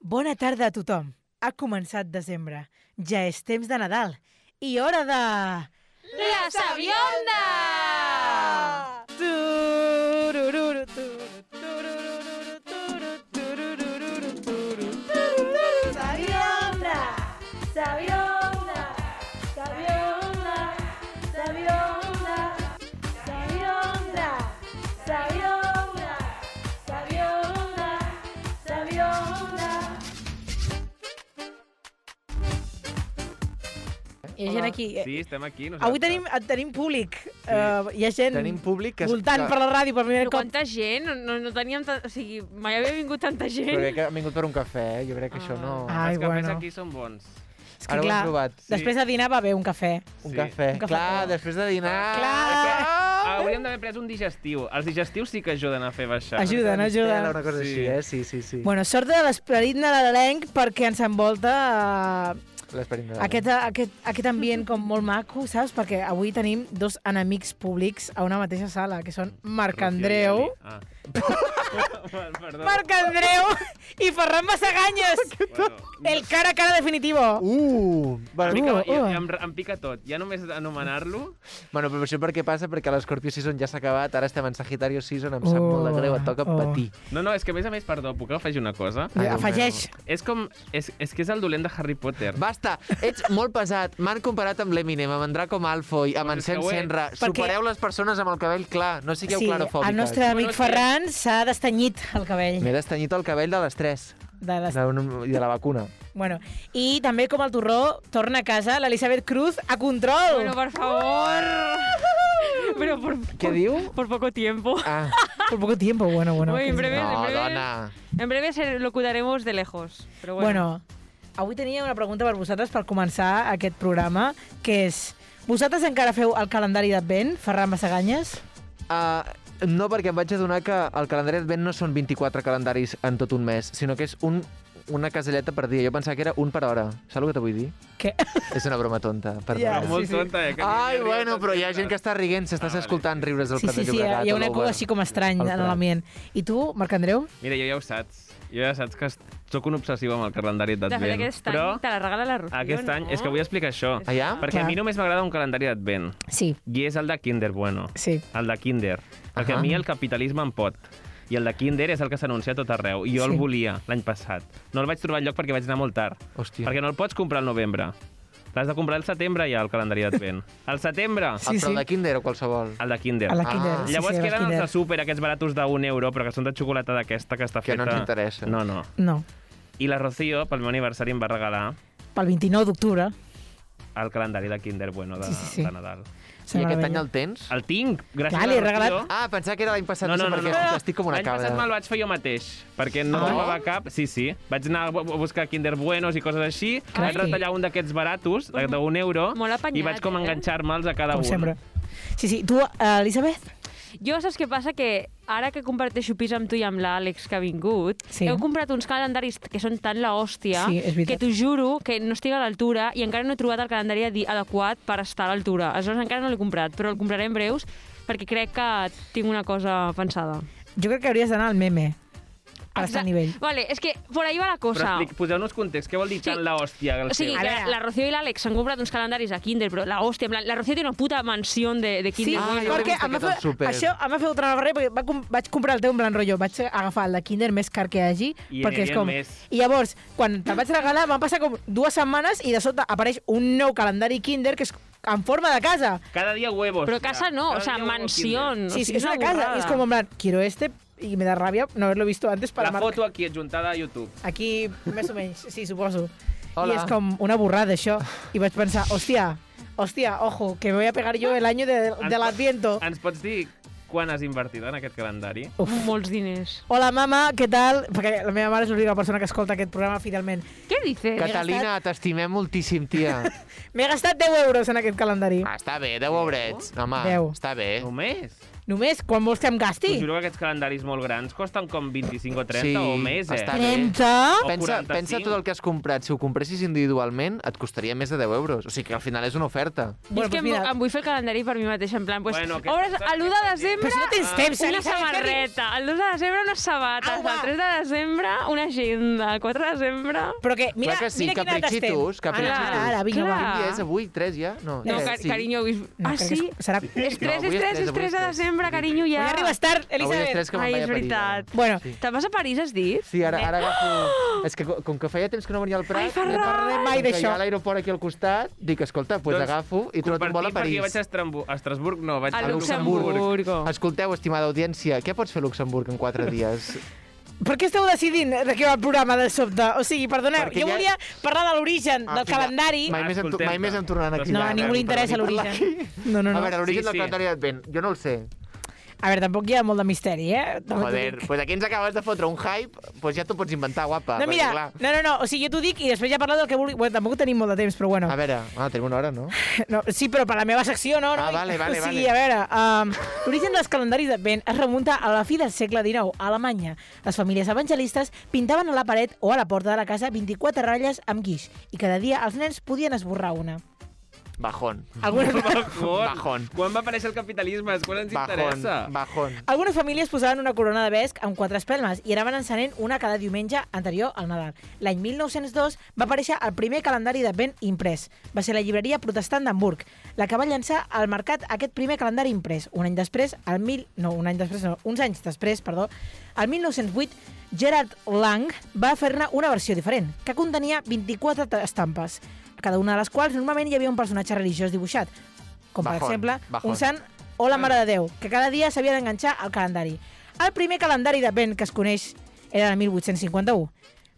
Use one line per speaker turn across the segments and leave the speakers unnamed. Bona tarda a tothom. Ha començat desembre. Ja és temps de Nadal. I hora de...
La Sabionda!
Turururu, turu, turururu, turu, turururu, turu, turururu.
Sabionda! Sabionda! Sabionda! Sabionda! Sabionda! Sabionda! Sabionda! Sabionda!
Hi ha gent aquí. eh,
Sí, estem aquí. Nosaltres.
Avui tenim, eh, tenim públic. Uh, hi ha gent
Tenim públic que...
voltant
que...
per la ràdio per primer
Però
cop.
quanta gent? No- No, no teníem... ta- O sigui, mai havia vingut tanta
Però
gent.
crec que han vingut per un cafè, eh? jo crec que això no...
Ah. Ai,
Els cafès
bueno.
aquí són bons.
És
Ara ho hem provat.
Sí.
després de dinar va bé un cafè.
Un
Sí.
cafè.
Un cafè.
Clar, després de dinar... Ah,
Clar.
eh?
Hauríem Ah, d'haver pres un digestiu. Els digestius sí que ajuden a fer baixar.
Ajuda. Ajuden,
Una
ajuden.
estela, Una cosa
Sí.
sí. així, eh? Sí, sí, sí.
Bueno, sort de l'esperit nadalenc perquè ens envolta eh,
L'esperit de...
Aquest, aquest, aquest ambient com molt maco, saps? Perquè avui tenim dos enemics públics a una mateixa sala, que són Marc
Rocío i
Andreu...
Eli. Ah. Val, Perdó.
Marc Andreu i Ferran Massaganyes!
Bueno,
El cara a cara definitivo!
Uh! Bueno,
em,
mica...
pica,
Uh, uh.
Em, em pica tot. Ja només anomenar-lo...
bueno, però això per què passa? Perquè l'Escorpio Season ja s'ha acabat, ara estem en Sagittario Season, em sap
Oh,
molt de greu, et toca
oh.
patir.
No, no, és que a més a més, perdó, puc afegir una cosa?
Ai, Déu
Afegeix!
És com... És, és que és el dolent de Harry Potter.
Basta, ets molt pesat. M'han comparat amb l'Eminem, amb en Draco Malfoy, amb en
Doncs és que
Sam
ho ets.
Senra.
Perquè-
Supereu les persones amb el cabell clar, no sigueu
Sí,
clarofòbiques.
el nostre amic
Bueno,
Ferran s'ha destanyit el cabell.
M'he destanyit el cabell de les 3,
De les...
de, un- i de la vacuna.
bueno. I també, com el torró, torna a casa l'Elisabet Cruz a control!
Bueno, per favor! Però por,
Què diu?
por poco tiempo.
Ah,
Por poco tiempo, bueno, bueno.
Ui,
que-
en breve,
no,
en breve,
dona.
En breve se locutaremos de lejos. Pero bueno.
Bueno, avui tenia una pregunta per vosaltres per començar aquest programa, que és... Vosaltres encara feu el calendari d'advent, Ferran Massaganyes?
Uh, no, perquè em vaig adonar que el calendari d'advent no són 24 calendaris en tot un mes, sinó que és un, una caselleta per dia. Jo pensava que era un per hora. Saps el que te vull dir?
Què?
És una broma tonta, perdó.
Ja,
Però
sí,
molt
sí.
tonta, eh? Que
Ai,
ni- ni
bueno,
riu,
però hi ha
tot
gent que està riguent,
Ah,
s'estàs
vale.
escoltant riures del
Sí,
Prat
sí,
de
sí, hi ha
Llobregat.
hi ha una
all
cosa
over.
així com estrany
El
en
Prat.
l'ambient. I tu, Marc Andreu?
Mira, jo ja ho saps. Jo ja saps que sóc un obsessiu amb el calendari
de
d'advent.
fet, aquest any
però
este te la regala la Rocío,
aquest any...
no?
És que vull explicar això.
És-
Ah, ja?
Perquè a mi
Clar.
només m'agrada un calendari d'advent.
Sí,
I és el de Kinder Bueno.
sí.
El de Kinder. Perquè a
Ahà.
mi el capitalisme em pot. I el de Kinder és el que s'anuncia a tot arreu. I jo
Sí.
el volia l'any passat. No el vaig trobar lloc perquè vaig anar molt tard.
Hòstia.
Perquè no el pots comprar al novembre. L'has de comprar al setembre ja, el calendari d'advent. Al setembre,
Ah,
Sí,
però el
sí.
de Kinder o qualsevol.
el de Kinder.
A la
Ah.
Kinder.
Ah.
sí,
Llavors
sí, a la
queden els de
Kinder.
súper, aquests baratos d'un euro, però que són de xocolata d'aquesta que està
Que
feta...
no ens interessa.
No, no.
No,
I la Rocío, pel meu aniversari, em va regalar
pel 29 d'octubre.
el calendari de Kinder Bueno de,
Sí, sí, sí.
de Nadal.
I aquest
Meravella.
any el tens?
El tinc, gràcies
Clar,
a
li he
la Rocío.
regalat
Ah, pensava que era l'any passat,
Ah. No, no, no,
perquè
no.
estic com una
L'any
cabra.
passat me'l vaig fer jo mateix, perquè no
Ah.
trobava cap... Sí, sí. Vaig anar a bu- a buscar Kinder Buenos i coses així,
Carai.
vaig retallar un d'aquests baratos, de- d'un euro,
Molt apanyat,
i vaig com
eh?
enganxar-me'ls a cada
Com
un.
sempre. Sí, sí. Tu, eh, Elisabet?
Jo saps què passa? Que ara que comparteixo pis amb tu i amb l'Àlex que ha vingut,
Sí.
heu comprat uns calendaris que són tan la hòstia
Sí, és veritat.
que t'ho juro que no estic a l'altura i encara no he trobat el calendari adi- adequat per estar a l'altura. Aleshores encara no l'he comprat, però el compraré en breus perquè crec que tinc una cosa pensada.
Jo crec que hauries d'anar al meme. A estar a
Exacte.
nivell.
Vale, és que por ahí va la
Però
cosa.
explic- poseu-nos context, què vol dir
Sí.
tant la hòstia?
O sigui,
A
que
veure.
la Rocío i l'Àlex s'han comprat uns calendaris a Kinder, però la hòstia, en plan, la Rocío té una puta mansió de, de
Sí,
Kinder.
Ah, jo l'he
perquè
vist
em va
aquest al
fer,
súper.
això em va fer ultra la barrera perquè va com, vaig comprar el teu en plan rotllo, vaig agafar el de Kinder més car que hi hagi,
I
perquè és
anirien
com...
més.
I llavors, quan te'l vaig regalar, van passar com dues setmanes i de sobte apareix un nou calendari Kinder que és en forma de casa.
Cada dia huevos.
Però casa no,
Cada
o sea,
dia huevo
mansión.
Kinder.
O
sí, sí,
sigui,
és una casa.
burrada.
I és com en plan, quiero este, i me da ràbia no haver-lo visto antes para
La
Marc.
foto aquí, adjuntada a YouTube.
Aquí, més o menys, sí, suposo.
Hola.
I és com una borrada, això. I vaig pensar, hòstia, hòstia, ojo, que me voy a pegar yo el año de, de l'adviento.
Ens pots dir quan has invertit en aquest calendari?
Molts diners.
Hola, mama, què tal? Perquè la meva mare és l'única persona que escolta aquest programa fidelment.
Què dices?
Catalina, t'estimem moltíssim, tia.
M'he gastat 10 euros en aquest calendari.
Ah, està bé, 10 obrets. Home,
Deu.
Eh.
està bé.
Només?
Només, quan vols que em gasti?
Us juro que aquests calendaris molt grans costen com 25 o 30
Sí,
o més, eh?
bastant.
30?
O
Pensa,
45.
pensa tot el que has comprat. Si ho compressis individualment, et costaria més de 10 euros. O sigui que al final és una oferta.
Jo
pues
és que em, em vull fer el calendari per mi mateixa, en plan, pues,
Bueno,
bueno, obres
aquestes coses
el 1 de
que Ah.
desembre
Però si no tens temps,
una
Alicia,
samarreta, el 2 de desembre unes sabates,
Au, va.
el 3 de desembre una agenda, el 4 de desembre...
Però que, mira,
Clar que sí,
mira quin edat estem.
capritxitos, capritxitos.
Ara, ara, ara, vinga,
Clar.
va.
Quin dia és avui? 3 ja? No,
No,
tres,
car
sí.
carinyo, avui...
Ah. Eh, No,
ah,
crec
sí?
que Serà...
És 3, és
avui
3, és 3
és tres, avui
de
és tres.
desembre, carinyo, ja.
Ja arribes tard,
Avui és 3
Elisabet.
que me'n
Ai,
vaig
és
a París. ara.
veritat.
Bueno,
Sí.
Te'n vas a París, has dit?
Sí, ara, ara agafo... És que co- com que feia temps que no venia al Prat,
Ai, Ferran!
anem a-
Parlem mai
com que
d'això.
hi ha l'aeroport aquí al costat, dic, escolta, doncs,
Doncs,
agafo i trobo un vol a
Compartim perquè
París.
vaig a Estrasburg, a Estrasburg no, vaig
A
A
Luxemburg.
Escolteu, estimada audiència, què pots fer a Luxemburg en 4 dies?
per què esteu decidint de què va el programa de sobte? O sigui, perdoneu,
Perquè
jo
ja-
volia parlar de l'origen,
Ah,
del
fina-
calendari.
Mai més, em, tu- mai
Escoltem-te.
més em tornaran aquí.
No,
ara,
a ningú
per
li interessa
venir a parlar
l'origen.
aquí.
No, no, no.
A veure, l'origen
Sí,
del
sí.
calendari d'advent, jo no el sé.
A veure, tampoc hi ha molt de misteri, eh? També t'ho
Joder,
dic.
pues aquí ens acabes de fotre un hype, pues ja t'ho pots inventar, guapa.
No,
perquè,
mira,
Ah, clar,
no, no, no, o sigui, jo t'ho dic i després ja parlo del que vulgui... Bueno, tampoc tenim molt de temps, però bueno.
A veure, ah, tenim una hora, no?
No, sí, però per la meva secció, no?
Ah,
no?
vale, vale,
o sigui,
vale.
a veure, um, l'origen dels calendaris d'advent es remunta a la fi del segle XIX, a Alemanya. Les famílies evangelistes pintaven a la paret o a la porta de la casa 24 ratlles amb guix i cada dia els nens podien esborrar una.
Bajón.
Algunes,
Bajón.
Bajón.
Quan va aparèixer el capitalisme? És quan ens
Bajón,
interessa.
bajón.
algunes famílies posaven una corona de vesc amb quatre espelmes i anaven encenent una cada diumenge anterior al Nadal. L'any 1902 va aparèixer el primer calendari d'advent imprès. Va ser la llibreria protestant d'Hamburg, la que va llançar al mercat aquest primer calendari imprès. Un any després, el mil... no, un any després, no, uns anys després, perdó, el 1908 Gerard Lang va fer-ne una versió diferent, que contenia 24 ta- estampes, a cada una de les quals normalment hi havia un personatge religiós dibuixat, com per
Bajón,
exemple
bajón.
un sant o la Mare de Déu, que cada dia s'havia d'enganxar al calendari. El primer calendari d'advent que es coneix era el 1851,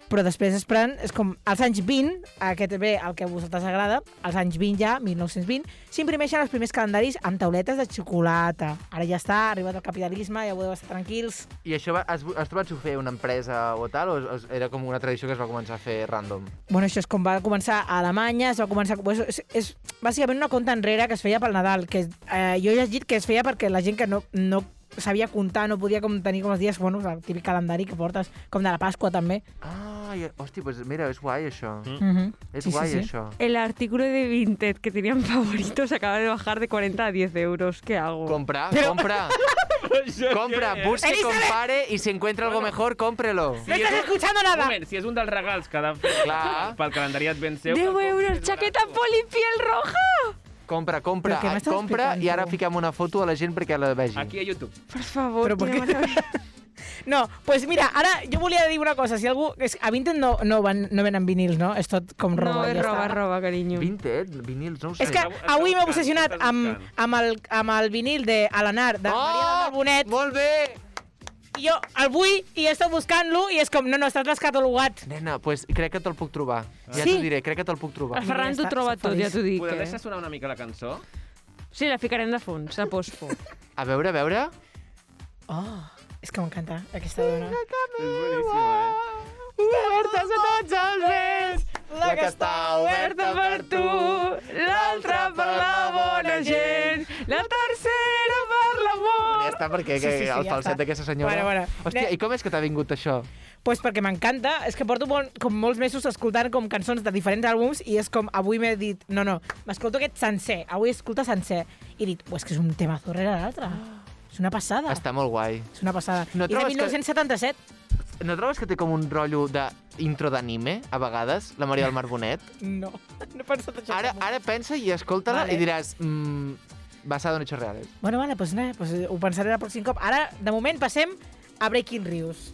però després es pren, és com als anys 20, aquest bé el que a vosaltres agrada, als anys 20 ja, 1920, s'imprimeixen els primers calendaris amb tauletes de xocolata. Ara ja està, ha arribat el capitalisme, ja podeu estar tranquils.
I això va, has, has trobat si ho feia una empresa o tal, o, o era com una tradició que es va començar a fer random?
Bueno, això és com va començar a Alemanya, es va començar... Pues, és, és bàsicament una conta enrere que es feia pel Nadal, que eh, jo he llegit que es feia perquè la gent que no, no sabia comptar, no podia com tenir com els dies, bueno, el típic calendari que portes, com de la Pasqua també.
Ah, hòstia, pues mira, és guai això. Mm.
Mm
Mm-hmm.
És sí, guai sí, sí. això.
El artículo de Vinted que tenían favoritos acaba de bajar de 40 a 10 euros. ¿Qué hago?
Compra,
Però-
compra,
Això
compra,
què és?
busque,
Elizabeth!
compare i si encuentra algo mejor, cómprelo.
No estàs escuchando
Un
nada!
moment, si és un dels regals que ha de fer
Clar.
pel calendari advent seu...
10 euros, chaqueta polipiel roja.
Compra,
Però
compra,
què
ah,
m'estàs
compra
explicant,
i ara
tu?
fiquem una foto a la gent perquè la vegi.
Aquí a YouTube.
Por favor,
Pero ¿por
tía,
qué?
maravilla.
No, doncs pues mira, ara jo volia dir una cosa, si algú... És, a Vinted no, no, van, no venen vinils, no? És tot com
No,
roba.
es
ja
roba,
està.
roba, cariño.
Vinted, vinils, no ho sé.
És que
Estava- estava
avui m'he
buscant,
obsessionat
estava
amb,
buscant.
amb, el, amb el vinil de Alanar, de oh! Maria del Bonet.
Molt bé!
I jo el vull i he estat buscant-lo i és com, no, no, estàs descatalogat.
Nena, doncs pues crec que te'l puc trobar. Ja
Sí?
t'ho diré, crec que te'l puc trobar.
El Ferran t'ho
Està-
troba
està
tot, ja
feliç.
t'ho dic.
Podem
eh?
deixar sonar una mica la cançó?
Sí, la ficarem de fons, a pospo.
A veure, a veure...
Oh, és que m'encanta aquesta dona.
És boníssima, eh?
Oberta a tots els vents, la que està
Oberta per tu, l'altra per la bona gent, la tercera per
Ja
l'amor.
està, perquè
Sí,
sí,
sí, sí,
sí, el
ja
falset
està.
d'aquesta senyora...
Bueno, bueno.
Hòstia,
Ne-
i com és que t'ha vingut això?
Pues perquè m'encanta, és que porto molt, com molts mesos escoltant com cançons de diferents àlbums i és com, avui m'he dit, no, no, m'escolto aquest sencer, avui escolta sencer. I he dit, "Uah, és que és un tema darrere l'altre. És una passada.
Ah. Està molt guai.
És una passada.
No
I és de
trobes que-
1977.
No trobes que té com un rotllo d'intro d'anime, a vegades, la Maria del Mar Bonet?
No, no he pensat això.
Ara, ara pensa i escolta-la
Vale.
i diràs... Mm, basado en hechos reales.
Bueno, vale, pues, nada, pues eh, ho pensaré el pròxim cop. Ara, de moment, passem a Breaking Rius.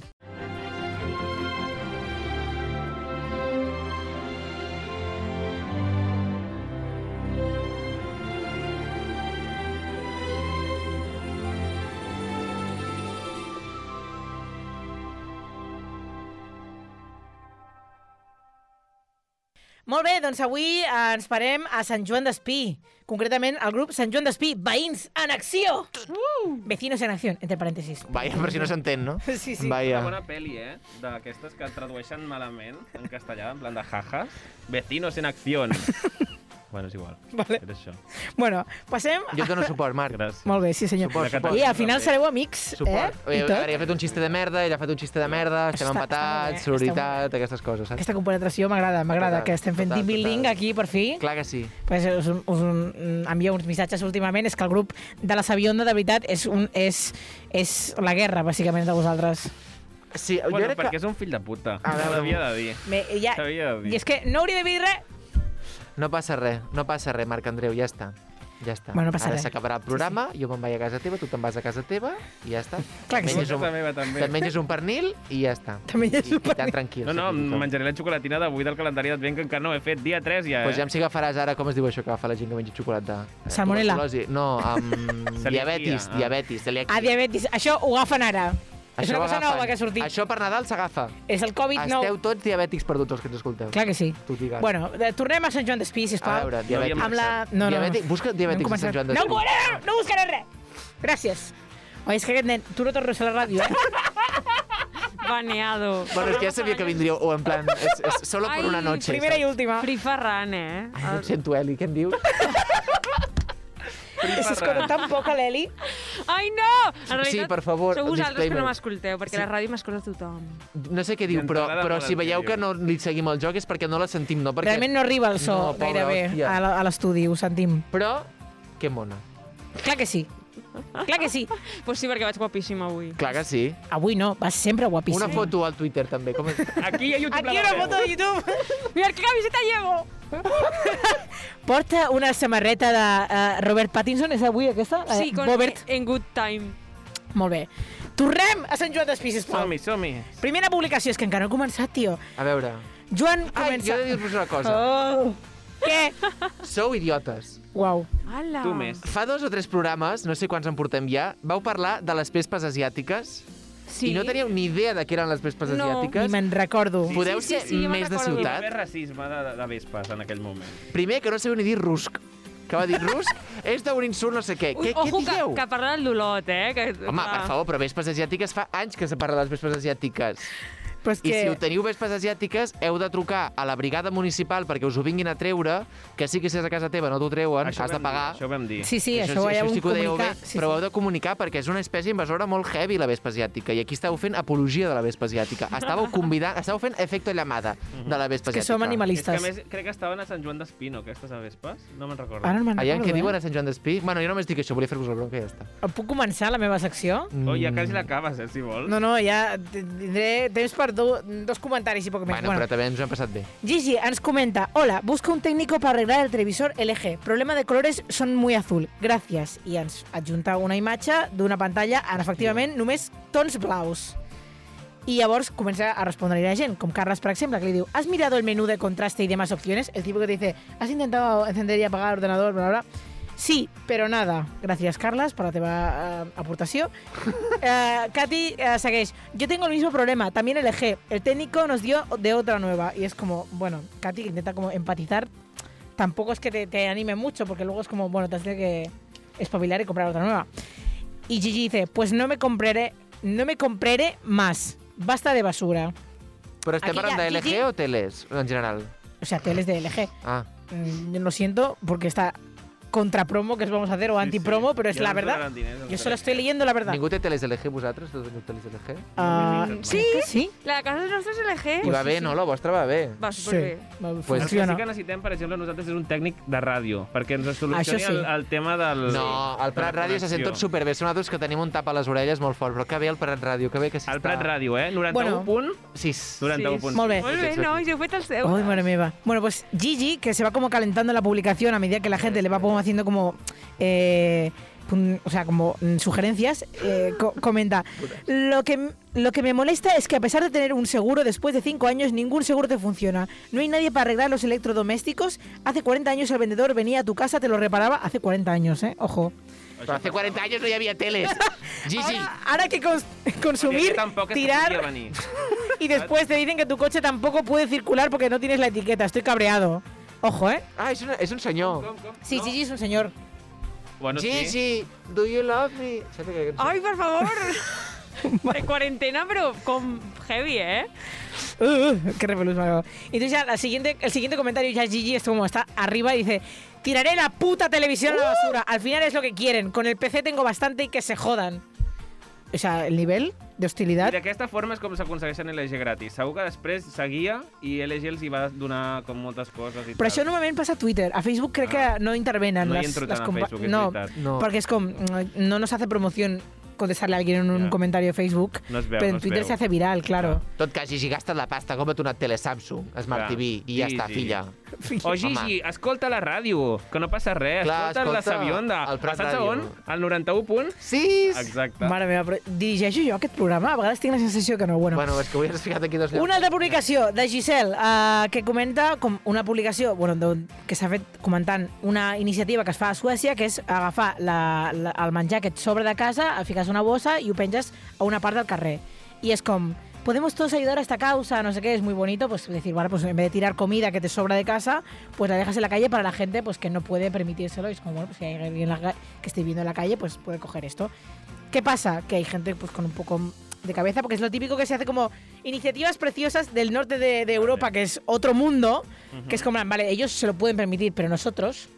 Molt bé, doncs avui eh, ens parem a Sant Joan d'Espí. Concretament, el grup Sant Joan d'Espí, Veïns en Acció! Uh! Vecinos en Acció, entre parèntesis.
Vaja, però si no s'entén, no?
Sí, sí.
Vaja.
Una bona pel·li, eh? D'aquestes que tradueixen malament en castellà, en plan de jajas. Vecinos en acción. Bueno, és igual.
Vale.
Era això.
Bueno, passem...
Jo et dono suport, Marc.
Gràcies.
Molt bé, sí senyor.
Suport,
De
suport.
I al final
també.
sereu amics,
Suport.
eh? I
Oi,
tot.
Ara he fet un xiste de merda, ell ha fet un xiste de merda,
Està-
estem
està molt bé,
empatats,
està molt
sororitat, aquestes coses, saps?
Aquesta compenetració m'agrada, m'agrada,
Total,
que estem fent
total,
team building
total.
aquí, per fi.
Clar que sí.
Pues us, us un, envio uns missatges últimament, és que el grup de la Sabionda, de veritat, és, un, és, és la guerra, bàsicament, de vosaltres.
Sí, jo
Bueno,
crec
perquè
que...
és un fill de puta.
A veure.
Ho havia de dir.
Me, ja,
S'havia de dir.
I és que no hauria de dir res.
No passa res, no passa res, Marc Andreu, ja està. Ja està.
Bueno, no passa
Ara
res.
s'acabarà el programa, sí, sí. jo me'n vaig a casa teva, tu te'n vas a casa teva i ja està.
Clar que
Et
sí.
menges un,
Casa meva, també.
Te'n menges un pernil i ja està.
Te'n menges
I,
un
I tan tranquil.
No, no, em menjaré la xocolatina d'avui del calendari d'advent que encara no he fet. Dia 3 ja, eh?
Pues Doncs ja em si agafaràs ara, com es diu això que fa la gent que menja xocolata? Eh,
Salmonella.
tuberculosi. No, amb...
Celiaquia,
diabetis,
ah.
diabetis, celiaquia.
A diabetis, això ho agafen ara. és
ho
una cosa
agafen.
nova que ha sortit.
Això per Nadal s'agafa.
És el Covid-19.
Esteu tots diabètics perduts, els que ens escolteu.
Clar que sí.
Tu digues.
Bueno, de, tornem a Sant Joan d'Espí,
A
sisplau.
veure,
No havíem
diabètics.
amb la... No, no, no.
Diabètic- busca diabètics
hem
a
començat.
Sant Joan
No,
d'Espí.
no, no buscaré res. Gràcies. Oi, és que aquest nen... Tu no tornes a la ràdio, eh?
Baneado.
Bueno, és que ja sabia que vindríeu, o en plan, és, és solo por
Ai,
una noche.
Primera i
saps?
última.
Free Ferran, eh?
Ai, ho sento, Eli, què em dius?
S'escolta tan poc a l'Eli.
Ai, no! En realitat,
Sí, per favor,
sou vosaltres que
disclaimer.
no m'escolteu, perquè sí. la ràdio m'escolta tothom.
No sé què diu,
Ens
però,
agrada
però
molt
si
el
veieu
vídeo.
que no li seguim el joc és perquè no la sentim, no? Perquè...
Realment no arriba el so
No,
no,
pobra,
gairebé
hòstia.
a la- a l'estudi, ho sentim.
Però, que mona.
Clar que sí. Clar que sí.
Pues sí, perquè vaig guapíssima avui.
Clar que sí.
Avui no, vas sempre guapíssim.
Una foto al Twitter, també. Com és?
Aquí hi ha YouTube.
Aquí una foto de YouTube.
Mira, qué camiseta llevo!
Porta una samarreta de eh, Robert Pattinson, és avui aquesta? La de
Sí, con E,
Robert.
en good time.
Molt bé. Tornem a Sant Joan d'Espí, sisplau.
Som-hi, som-hi.
Primera publicació, és que encara no he començat, tio.
A veure.
Joan
Ai, jo
comença...
he de dir-vos una cosa.
Oh. Què?
Sou idiotes.
Uau.
Hala.
Tu més.
Fa dos o tres programes, no sé quants en portem ja, vau parlar de les vespes asiàtiques
Sí.
i no teníeu ni idea de què eren les vespes
No.
Ni
asiàtiques.
me'n recordo.
Sí.
Podeu ser
jo me'n
més
recordo.
de
Hi va
ciutat.
haver racisme de, de, de vespes en aquell moment.
Primer, que no sabeu ni dir rusc. Que va dir rusc és d'un insult no sé què.
Ui,
què,
ojo,
què
que,
digueu?
que parla del dolot, eh? Que,
Home,
clar.
per favor, però vespes asiàtiques fa anys que se parla de les vespes asiàtiques.
Però és
I
que...
si ho teniu vespes asiàtiques, heu de trucar a la brigada municipal perquè us ho vinguin a treure, que sí que si és a casa teva no t'ho treuen,
Això
això has de
vam
pagar.
Dir, això ho vam dir.
Sí, sí, això, ho
sí-
veieu un
sí que ho dèieu
comunicar.
bé,
Sí,
però ho heu
sí.
de comunicar perquè és una espècie invasora molt heavy, la vespa asiàtica, i aquí estàveu fent apologia de la vespa asiàtica. Estàveu convidant, estàveu fent efecto llamada de la vespa
Que
asiàtica.
som
És que a
animalistes.
més crec que estaven a Sant Joan d'Espino, aquestes a vespes. No me'n recordo.
Ara no me'n
Allà en
recordo,
què
eh?
diuen a Sant Joan d'Espí? Bueno, jo només dic això, volia fer-vos la bronca i ja està.
Puc començar la meva secció?
Oh, ja quasi l'acabes, eh, si vols.
No, no, ja tindré temps per do, dos comentaris i poc més.
Bueno, però també ens ho hem passat bé.
Gigi ens comenta, hola, busco un técnico para arreglar el televisor LG. Problema de colores són muy azul. Gràcies. I ens adjunta una imatge d'una pantalla en, efectivament, només tons blaus. I llavors comença a respondre la gent, com Carles, per exemple, que li diu ¿Has mirado el menú de contraste y demás opciones? El tipo que te dice ¿Has intentado encender y apagar el ordenador? Bla, bla, bla. Sí, però nada. Gràcies, Carles, per la teva eh, aportació. Eh, Katy eh, segueix. Yo tengo el mismo problema, también el eje. El técnico nos dio de otra nueva. Y es como, bueno, Katy que intenta como empatizar. Tampoco es que te, te anime mucho, porque luego es como, bueno, te has de que espabilar y comprar otra nueva. Y Gigi dice, pues no me compraré, no me compraré más. Basta de basura.
Però
Aquí
estem parlant
ja,
de LG
Gigi.
o teles, en general?
O sea, teles de LG.
Ah,
Mm, Lo siento, porque está contrapromo que os vamos a hacer o antipromo, pero es la verdad. Yo solo estoy leyendo la verdad.
ningú té teles LG, vosaltres? Tots teniu teles LG?
Ah,
Ningú-
sí, sí.
La casa dels nostres
I
LG
va bé, no? La vostra va bé.
va superbé. Ah, Sí.
El
Pues-
que sí
Funciona.
que necessitem, per exemple, nosaltres és un tècnic de ràdio, perquè ens solucioni
Això sí.
el, el tema del...
No, al
de la
Prat Ràdio se sent
connexió.
tot superbé. Som nosaltres que tenim un tap a les orelles molt fort, però que bé el Prat Ràdio, que bé que s'està...
Al Prat Ràdio, eh? 91
Bueno.
punt,
Sí.
91 punt.
Molt bé.
Molt bé, no? Jo he fet els seus.
Ay, madre mía. Bueno, pues Gigi, que se va como calentando la publicación a medida que la gente le va como haciendo como... eh, pun- o sea, como mm, sugerencias, eh, co- comenta, lo que, lo que me molesta es que a pesar de tener un seguro, después de 5 años ningún seguro te funciona. No hay nadie para arreglar los electrodomésticos. Hace 40 años el vendedor venía a tu casa, te lo reparaba. Hace 40 años, ¿eh? Ojo.
Però hace 40 anys no hi havia teles. Gigi,
Ahora, ahora que cons-
I
consumir,
aquí tampoc es
tirar
podia venir.
y después te dicen que tu coche tampoco puede circular porque no tienes la etiqueta. Estoy cabreado. Ojo, ¿eh?
Ah, és, una, és un senyor.
Com, com?
Sí, Gigi es un señor.
Bueno, sí.
Gigi, do you love me? Saps què?
Ai, per favor! De quarantena, però com heavy, eh?
Uh, qué repelús me ha dado. Y Entonces ya la siguiente, el siguiente comentario ya Gigi esto como está arriba y dice tiraré la puta televisión a
¡Uh!
la basura. Al final es lo que quieren. Con el PC tengo bastante y que se jodan. O sea, el nivel de
I
hostilidad.
d'aquesta forma és com s'aconsegueixen LG gratis. Segur que després seguia i LG els hi va donar com moltes coses i
Però això
tal.
normalment passa a Twitter. A Facebook crec
Ah.
que no intervenen
No hi
les,
entro
les
tant a
compa-
Facebook, és
no,
veritat.
No.
perquè és com mm, no nos hace promoción contestarle a alguien en un
Ja.
comentario de Facebook,
No es veu,
pero en
no es
Twitter
veu.
se hace viral, claro.
Tot cas, Gigi, gasta't la pasta, compra't una tele Samsung,
Clar.
Smart TV, i ja
Gigi.
està, filla.
O Gigi, escolta la ràdio, que no passa res.
Clar,
escolta, la
escolta
Sabionda.
el Prat
Passats a
Ràdio.
on? Al 91 punt?
Sí!
Exacte.
Mare meva, però dirigeixo jo aquest programa? A vegades tinc la sensació que no. Bueno,
Bueno, és que avui ens has ficat aquí dos llocs.
Una altra publicació de Giselle eh, que comenta com una publicació bueno, de, que s'ha fet comentant una iniciativa que es fa a Suècia que és agafar la, la, el menjar que et sobra de casa, el fiques a una bossa i ho penges a una part del carrer. I és com, podemos todos ayudar a esta causa, no sé qué, es muy bonito, pues decir, bueno, pues en vez de tirar comida que te sobra de casa, pues la dejas en la calle para la gente pues que no puede permitírselo. Y es como, bueno, pues si hay alguien en la ca- que esté viviendo en la calle, pues puede coger esto. ¿Qué pasa? Que hay gente pues con un poco de cabeza, porque es lo típico que se hace como iniciativas preciosas del norte de, de Europa, que es otro mundo, que es como, vale, ellos se lo pueden permitir, pero nosotros,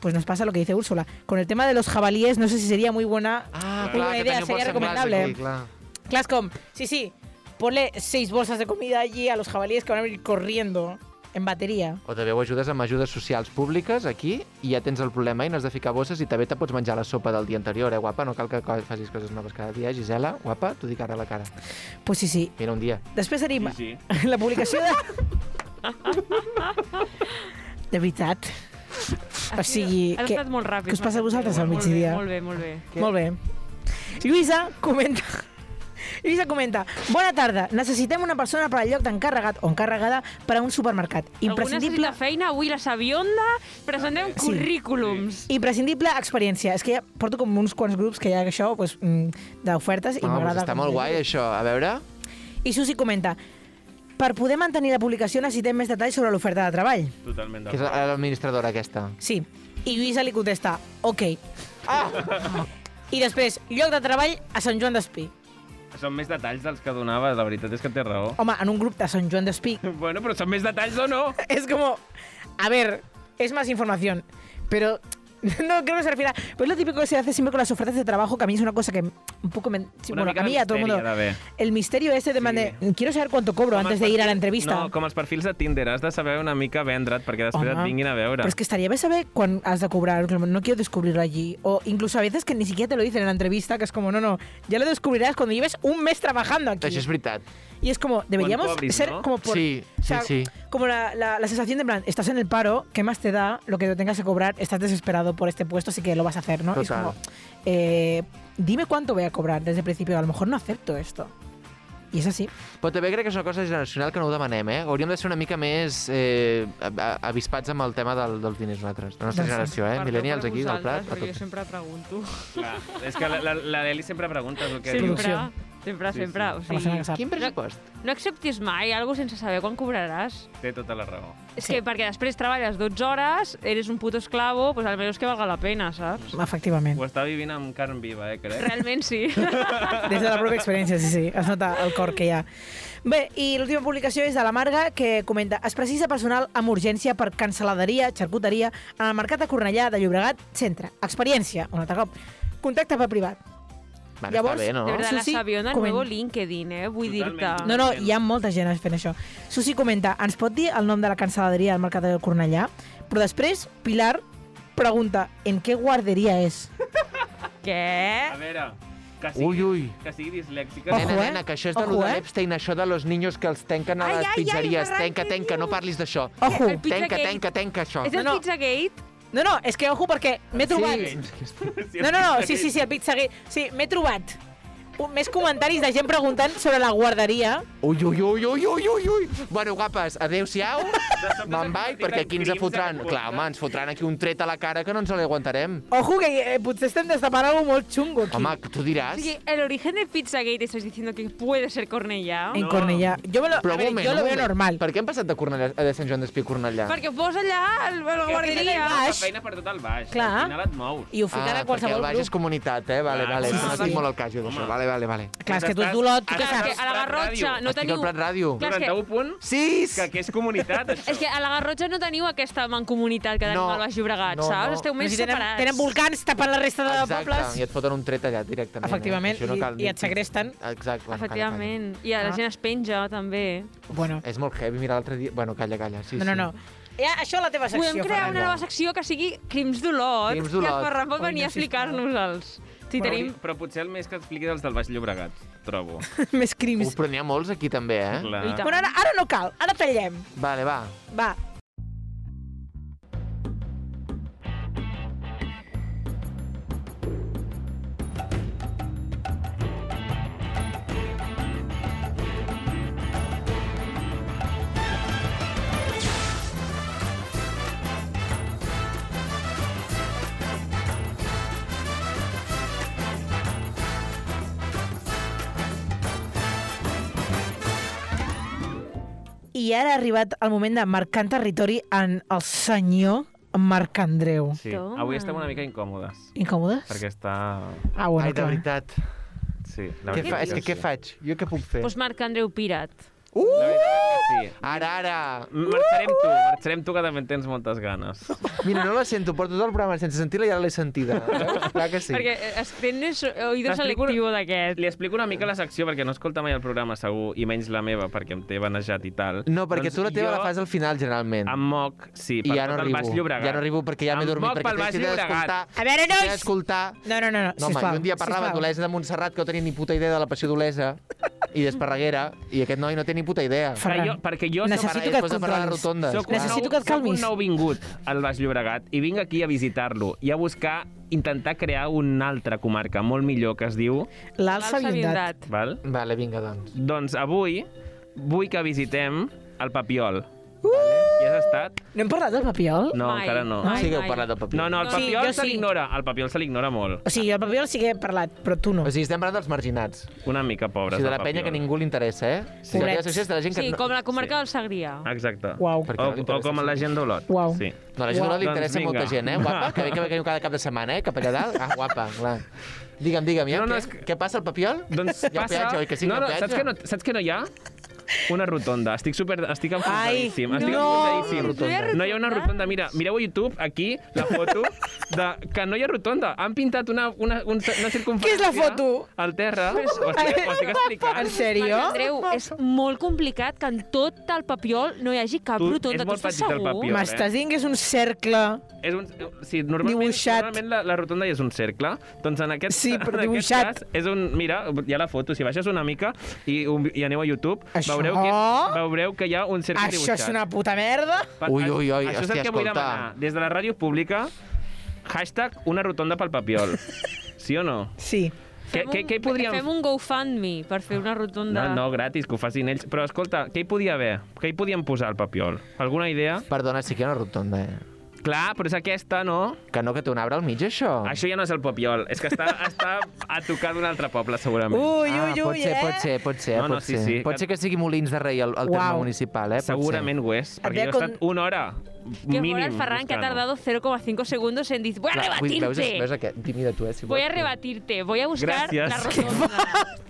pues nos pasa lo que dice Úrsula. Con el tema de los jabalíes, no sé si sería muy buena.
Ah,
Muy buena
que
idea,
teniu
seria
molts semblants
recomendable.
Aquí, clar.
Classcom, sí, sí, ponle seis bolsas de comida allí a los jabalíes que van a venir corriendo en batería.
O també ho ajudes amb ajudes socials públiques aquí i ja tens el problema i no has de ficar bosses i també te pots menjar la sopa del dia anterior, eh, guapa? No cal que co- facis coses noves cada dia, eh, Gisela, guapa? T'ho dic ara a la cara.
Pues sí, sí.
Mira, un dia.
Després tenim
Gigi.
la publicació de... De veritat. O sigui,
Has
que,
estat molt ràpid.
que us passa a
Marta.
vosaltres al
Molt bé,
migdia?
Molt bé, molt bé.
Molt bé. Lluïsa comenta... Lluïsa comenta, bona tarda, necessitem una persona per al lloc d'encarregat o encarregada per a un supermercat.
Imprescindible.
Imprescindible,
Alguna feina, avui la Sabionda, presentem
Sí.
currículums.
imprescindible experiència. És que ja porto com uns quants grups que hi ha això, doncs, mm, d'ofertes, i
Ah, doncs
m'agrada...
està
com
molt
deia.
guai, això. A veure...
I Susi comenta, per poder mantenir la publicació necessitem més detalls sobre l'oferta de treball.
Totalment
Que és
d'acord.
la- l'administradora aquesta.
Sí. I Lluïsa li contesta, ok. Ah. I després, lloc de treball a Sant Joan d'Espí.
Són més detalls dels que donaves, la veritat és que té raó.
Home, en un grup de Sant Joan d'Espí
Bueno, però són més detalls o no?
es como, a ver, es más información, pero no creo que se refiera. Pues lo típico que se hace siempre con las ofertas de trabajo, que a mí es una cosa que un poco me. sí,
Una
bueno,
mica
a mí
de
y a todo el mundo.
misteri ha d'haver.
El misterio ese de
Sí.
mande, quiero saber cuánto cobro
Com
antes
els
de ir a la
perfils-
entrevista.
No, com els perfils de Tinder, has de saber una mica vendre't perquè
Home,
després et vinguin a veure.
Pero es que estaría bien saber cuán has de cobrar, como, no quiero descubrirlo allí. O incluso a veces que ni siquiera te lo dicen en la entrevista, que es como, no, no, ya lo descubrirás cuando lleves un mes trabajando aquí.
Això és veritat.
Y es como, deberíamos
cobres,
ser
¿no?
como por...
Sí,
o sea,
sí, sí.
Como la, la- la sensación de, en plan, estás en el paro, ¿qué más te da lo que te tengas que cobrar? Estás desesperado por este puesto, así que lo vas a hacer, ¿no? Y es
Total.
como, eh, dime cuánto voy a cobrar desde el principio, a lo mejor no acepto esto. Y es así.
Però també crec que és una cosa generacional que no ho demanem, eh? Hauríem de ser una mica més eh, a- a- avispats amb el tema del, dels diners nosaltres, la nostra
Doncs sí.
generació, eh?
Perdó
Millennials
per
aquí, del
vosaltres,
plat, a
Però jo
tot.
sempre pregunto.
Clar, és que la, la, la Leli sempre pregunta el que diu.
Producció.
Sempre, sempre,
Sí,
sempre. O
sí.
La setmana que
sigui,
sap.
Quin pressupost?
no acceptis mai algo sense saber quan cobraràs.
Té tota la raó.
És
Sí.
que perquè després treballes 12 hores, eres un puto esclavo, doncs almenys que valga la pena, saps?
Efectivament.
Ho està vivint amb carn viva, eh, crec.
Realment sí.
Des de la pròpia experiència, sí, sí. Es nota el cor que hi ha. Bé, i l'última publicació és de la Marga, que comenta Es precisa personal amb urgència per canceladeria, xarcuteria, en el mercat de Cornellà de Llobregat, centre. Experiència, un altre cop. Contacte per privat.
Bueno,
Llavors,
està bé, no?
De veritat, la
Susi,
Sabiona,
comen-
nuevo LinkedIn, eh? Vull dir-te.
Totalment.
No, no, hi ha molta gent fent això. Susi comenta, ens pot dir el nom de la canceladeria del Mercat de Cornellà? Però després, Pilar pregunta, en què guarderia és?
A
Què?
veure, que sigui,
Ui, ui.
Que sigui dislèxica.
Ojo, eh?
Nena, nena, que això és de
Ojo,
lo de
eh?
l'Epstein, això de los niños que els tanquen a
Ai,
les
ai, ai,
pizzeries.
Ferran,
Tanca,
què
tanca, no
dius?
parlis d'això.
Ojo!
El Pizzagate.
Tanca, tanca, tanca això.
És el
No, no.
Pizzagate?
No, no, és que ojo perquè m'he trobat... No, no, no, sí, sí, sí, el Pizzagate. Sí, m'he trobat un- més comentaris de gent preguntant sobre la guarderia.
Ui, ui, ui, ui, ui, ui, ui. Bueno, guapes, adeu-siau.
sobte
Me'n
s'ha
vaig,
convertit
perquè
en
aquí ens
crims
fotran.
de
Clar, home, ens fotran aquí un tret a la cara que no ens l'aguantarem.
Ojo, que eh, potser estem destapant alguna cosa molt xungo aquí.
Home, tu
O
diràs.
sigui, el origen de Pizzagate estàs diciendo que puede ser Cornellà?
eh, en
no.
Cornellà. Jo, me lo,
Però
a
un
ver,
moment,
jo
un
lo veo
moment.
normal.
Per què hem passat de, Cornellà, eh, de Sant Joan d'Espí a Cornellà?
Perquè pos allà el, el
tenen
guarderia.
gas.
La
baix.
feina per tot el baix.
Clar.
Al final et mous.
I ho ficarà
ah,
a
perquè
qualsevol
el Baix és
grup.
comunitat, eh? Vale,
Clar,
vale.
sí,
M'ha
sí,
dit
sí.
molt el cas, jo, d'això.
Home.
Vale, vale, vale.
Clar, és que tu ets
Estàs-
d'Olot, tu què
ara
Clar, és que
saps?
a la
Prat
Garrotxa
Ràdio.
no
Estic
teniu...
al Prat Ràdio.
Clar, és que-
91 punt,
Sis!
que aquí és comunitat, això.
És que a la Garrotxa no teniu aquesta mancomunitat que tenim
No.
al Baix Llobregat,
No,
saps?
no.
Esteu més
si tenen,
separats.
tenen volcans tapant la resta de
Exacte, i
pobles.
et foten un tret allà directament.
Efectivament,
eh? Això no
i-
cal
i
dir.
et segresten.
Exacte. Bueno,
Efectivament. I a la
Ah.
gent es penja, també.
Bueno,
Calla, calla. És molt heavy, mira, l'altre dia... Bueno, calla, calla. Eh, Sí,
no, no,
sí.
no. Ja, això a la teva secció,
Podem crear una
Ferran.
nova secció que sigui Crims d'Olot.
Crims
I
d'Olot.
el Ferran pot
Coina,
venir a
sisplau.
explicar-nos-els. Si
Però,
tenim...
però potser el més que expliqui dels del Baix Llobregat, trobo.
Més
Uf,
crims.
però n'hi ha molts aquí, també, eh?
Clar.
I tant.
Bueno, ara, ara no cal, ara tallem.
Vale, va.
Va, i ara ha arribat el moment de marcar territori en el senyor Marc Andreu.
Sí.
Toma.
Avui estem una mica incòmodes,
Incòmodes?
perquè està...
Ah, bueno,
Ai, de
clar.
veritat.
Sí, la
Què
veritat
fa? És que
sí.
què faig? Jo què puc fer?
Doncs Marc Andreu Pirat.
La veritat que sí.
Ara, ara!
Marxarem tu, marxarem tu, que també en tens moltes ganes.
Mira, no la sento, porto tot el programa sense sentir-la i ara l'he sentida. Veus? Clar que sí.
Perquè eh, es tens oïdo
T'explico-
selectiu d'aquest.
Li explico una mica la secció, perquè no escolta mai el programa, segur, i menys la meva, perquè em té banejat i tal.
No, perquè
Doncs
tu la teva
jo
la fas al final, generalment.
Em moc, sí,
I
per
ja no
tot el
arribo.
Baix Llobregat.
Ja no arribo perquè ja m'he
Em
dormit,
moc
perquè
pel Baix
t'he
Llobregat.
d'escoltar.
A veure,
T'he
nois!
d'escoltar.
No, no, no, no,
No, home,
sisplau.
jo un dia parlava
sisplau.
d'Olesa de Montserrat, que no tenia ni puta idea de la passió d'Olesa, i d'Esparreguera, i aquest noi no té ni puta idea.
Perquè
Ferran,
jo, perquè jo
Necessito
sóc-
Para-
que et
posa a parlar de
controlis.
rotondes,
Sóc un,
clar.
Necessito
nou,
que et
sóc un
calmis.
nou vingut al Baix Llobregat i vinc aquí a visitar-lo i a buscar, intentar crear una altra comarca molt millor que es diu,
L'alça vindat.
Vindat.
val?
Vale, vinga, doncs.
Doncs avui vull que visitem el Papiol.
Uh!
I has estat?
No hem parlat del papiol?
No,
Mai,
encara no.
mai.
Sí que heu parlat del paper.
No, no, el
No, sí,
Papiol
jo
se
sí.
l'ignora. El Papiol se l'ignora molt.
O sigui, el papiol sí que he parlat, però tu no.
O sigui, estem parlant dels marginats.
Una mica
O
pobres,
sigui, de
el
la penya
Papiol.
que ningú li interessa, eh? Sí. La teva
Pobrets.
secció és de la gent que...
Sí,
no-
com la comarca
sí. Ah.
del Segrià.
Exacte.
Uau.
Perquè
O,
no li interessa
o com a la gent d'Olot.
Uau.
Sí.
No, a la gent no
Uau.
li interessa
Doncs
molta
vinga.
gent, eh? Guapa, que bé que veniu cada cap de setmana, eh? Cap allà dalt. Ah, guapa, clar. Digue'm, digue'm, ja,
No, no,
què,
és que-
què passa al papiol?
Doncs
hi ha
passa...
peatge, oi que sí?
no,
hi ha
no,
peatge?
saps que no, saps que no hi ha? Una rotonda. Estic super... Estic enfonsadíssim.
Ai,
estic
no!
enfonsadíssim.
No hi ha
No hi ha una rotonda. Mira, mireu a YouTube, aquí, la foto, de que no hi ha rotonda. Han pintat una, una, un- una
Què
circunferència...
és la foto?
Al terra. Ho estic, ho estic explicant.
En sèrio?
Marc Andreu, és molt complicat que en tot el papiol no hi hagi cap
Tu-
rotonda.
és
Tu
molt
estàs
petit el
segur?
papiol.
eh?
M'estàs dient que és un cercle...
És un, sí, normalment,
Dibuixat.
normalment la, la rotonda ja és un cercle, doncs en aquest,
Sí, però
en aquest
dibuixat.
cas és un... Mira, hi ha la foto, si baixes una mica i, i aneu a YouTube,
Això?
veureu, que, veureu que hi ha un cercle
Això
dibuixat.
és una puta merda?
Per-
Ui, ui, ui,
Això és
hòstia,
el que vull
escolta.
demanar. Des de la ràdio pública, hashtag una rotonda pel papiol. Sí o no?
Sí.
Què,
Fem
què,
un-
què hi podríem...
Fem un GoFundMe per fer una rotonda...
No, no, gratis, que ho facin ells. Però escolta, què hi podia haver? Què hi podíem posar al papiol? Alguna idea?
Perdona, sí que hi ha una rotonda, eh?
Clar, però és aquesta, no?
Que no, que té un arbre al mig, això.
Això ja no és el papiol. És que està, està a tocar d'un altre poble, segurament.
Ui,
ah,
ui,
pot
ui,
ser,
eh?
pot ser, pot ser,
No, no,
pot
sí,
ser.
sí.
Pot ser que sigui Molins de Rei, el, el terme
Uau.
municipament, eh? Pot ser.
Segurament ho és,
Et
perquè jo he
veia
estat una hora
Que
mínim
fora el Ferran, que ha
buscant-ho.
tardado 0,5 segundos en decir, voy a
Clar, vull- veus, veus
rebatirte,
aquest? Tímida tu, eh? Si
voy a
vols.
rebatirte, voy a buscar
Gràcies.
la rotonda.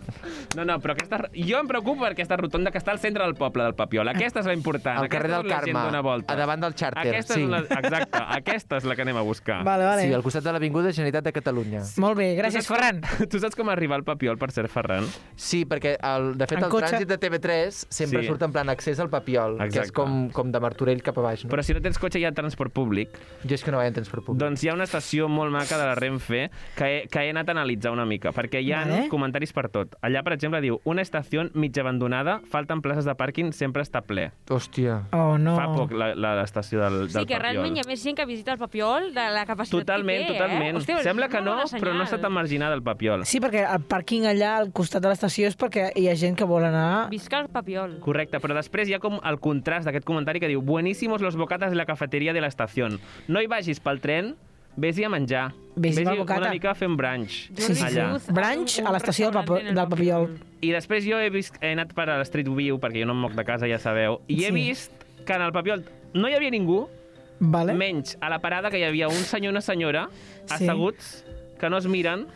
No, no, però aquesta... Jo em preocupo per aquesta rotonda que està al centre del poble del Papiol. Aquesta és la important.
Al carrer
Aquesta és
del
la gent
Carme,
d'una volta.
a davant del xàrter,
Aquesta
sí.
És la... Exacte, aquesta és la que anem a buscar.
Vale, vale.
Sí, Doncs al costat de l'Avinguda Generalitat de Catalunya.
Molt bé, gràcies,
Tu saps
Ferran.
Com... Tu saps com arribar al Papiol per ser Ferran?
Sí, perquè, el, de fet,
En
el
cotxe?
trànsit de TV3 sempre
Sí.
surt en plan accés al papiol, que és
Exacte.
com, com de Martorell cap a baix, no?
Però si no tens cotxe hi ha transport públic.
Jo és que no vaig en transport públic.
Doncs hi ha una estació molt maca de la Renfe que he, que he anat a analitzar una mica, perquè hi ha
Vale.
comentaris per tot. Allà, per exemple, diu una estació mig abandonada, falten places de pàrquing, sempre està ple.
Hòstia.
Oh, no.
Fa poc la- la- l'estació del,
O
del
sigui que realment hi ha més gent que visita el Papiol de la capacitat
Totalment,
que té,
totalment.
Eh? Hòstia, és
Sembla que
una
no,
bona
però no
senyal.
està tan marginada el papiol.
Sí, perquè el pàrquing allà al costat de l'estació és perquè hi ha gent que vol anar...
Visca el Papiol.
Correcte, però després hi ha com el contrast d'aquest comentari que diu «Buenísimos los bocatas de la cafeteria de l'estació. No hi vagis pel tren, vés-hi a menjar.
Vés-hi pel
una
bocata."
mica fent brunch.
Sí, sí,
allà.
sí. Brunch a l'estació del Papo-
restaurant en el
del Papiol.
I després jo he, vist, he anat per a l'Street View, perquè jo no em moc de casa, ja sabeu, i he
Sí.
vist que en el papiol no hi havia ningú,
Vale?
menys a la parada que hi havia un senyor i una senyora
Sí.
asseguts, que no es miren,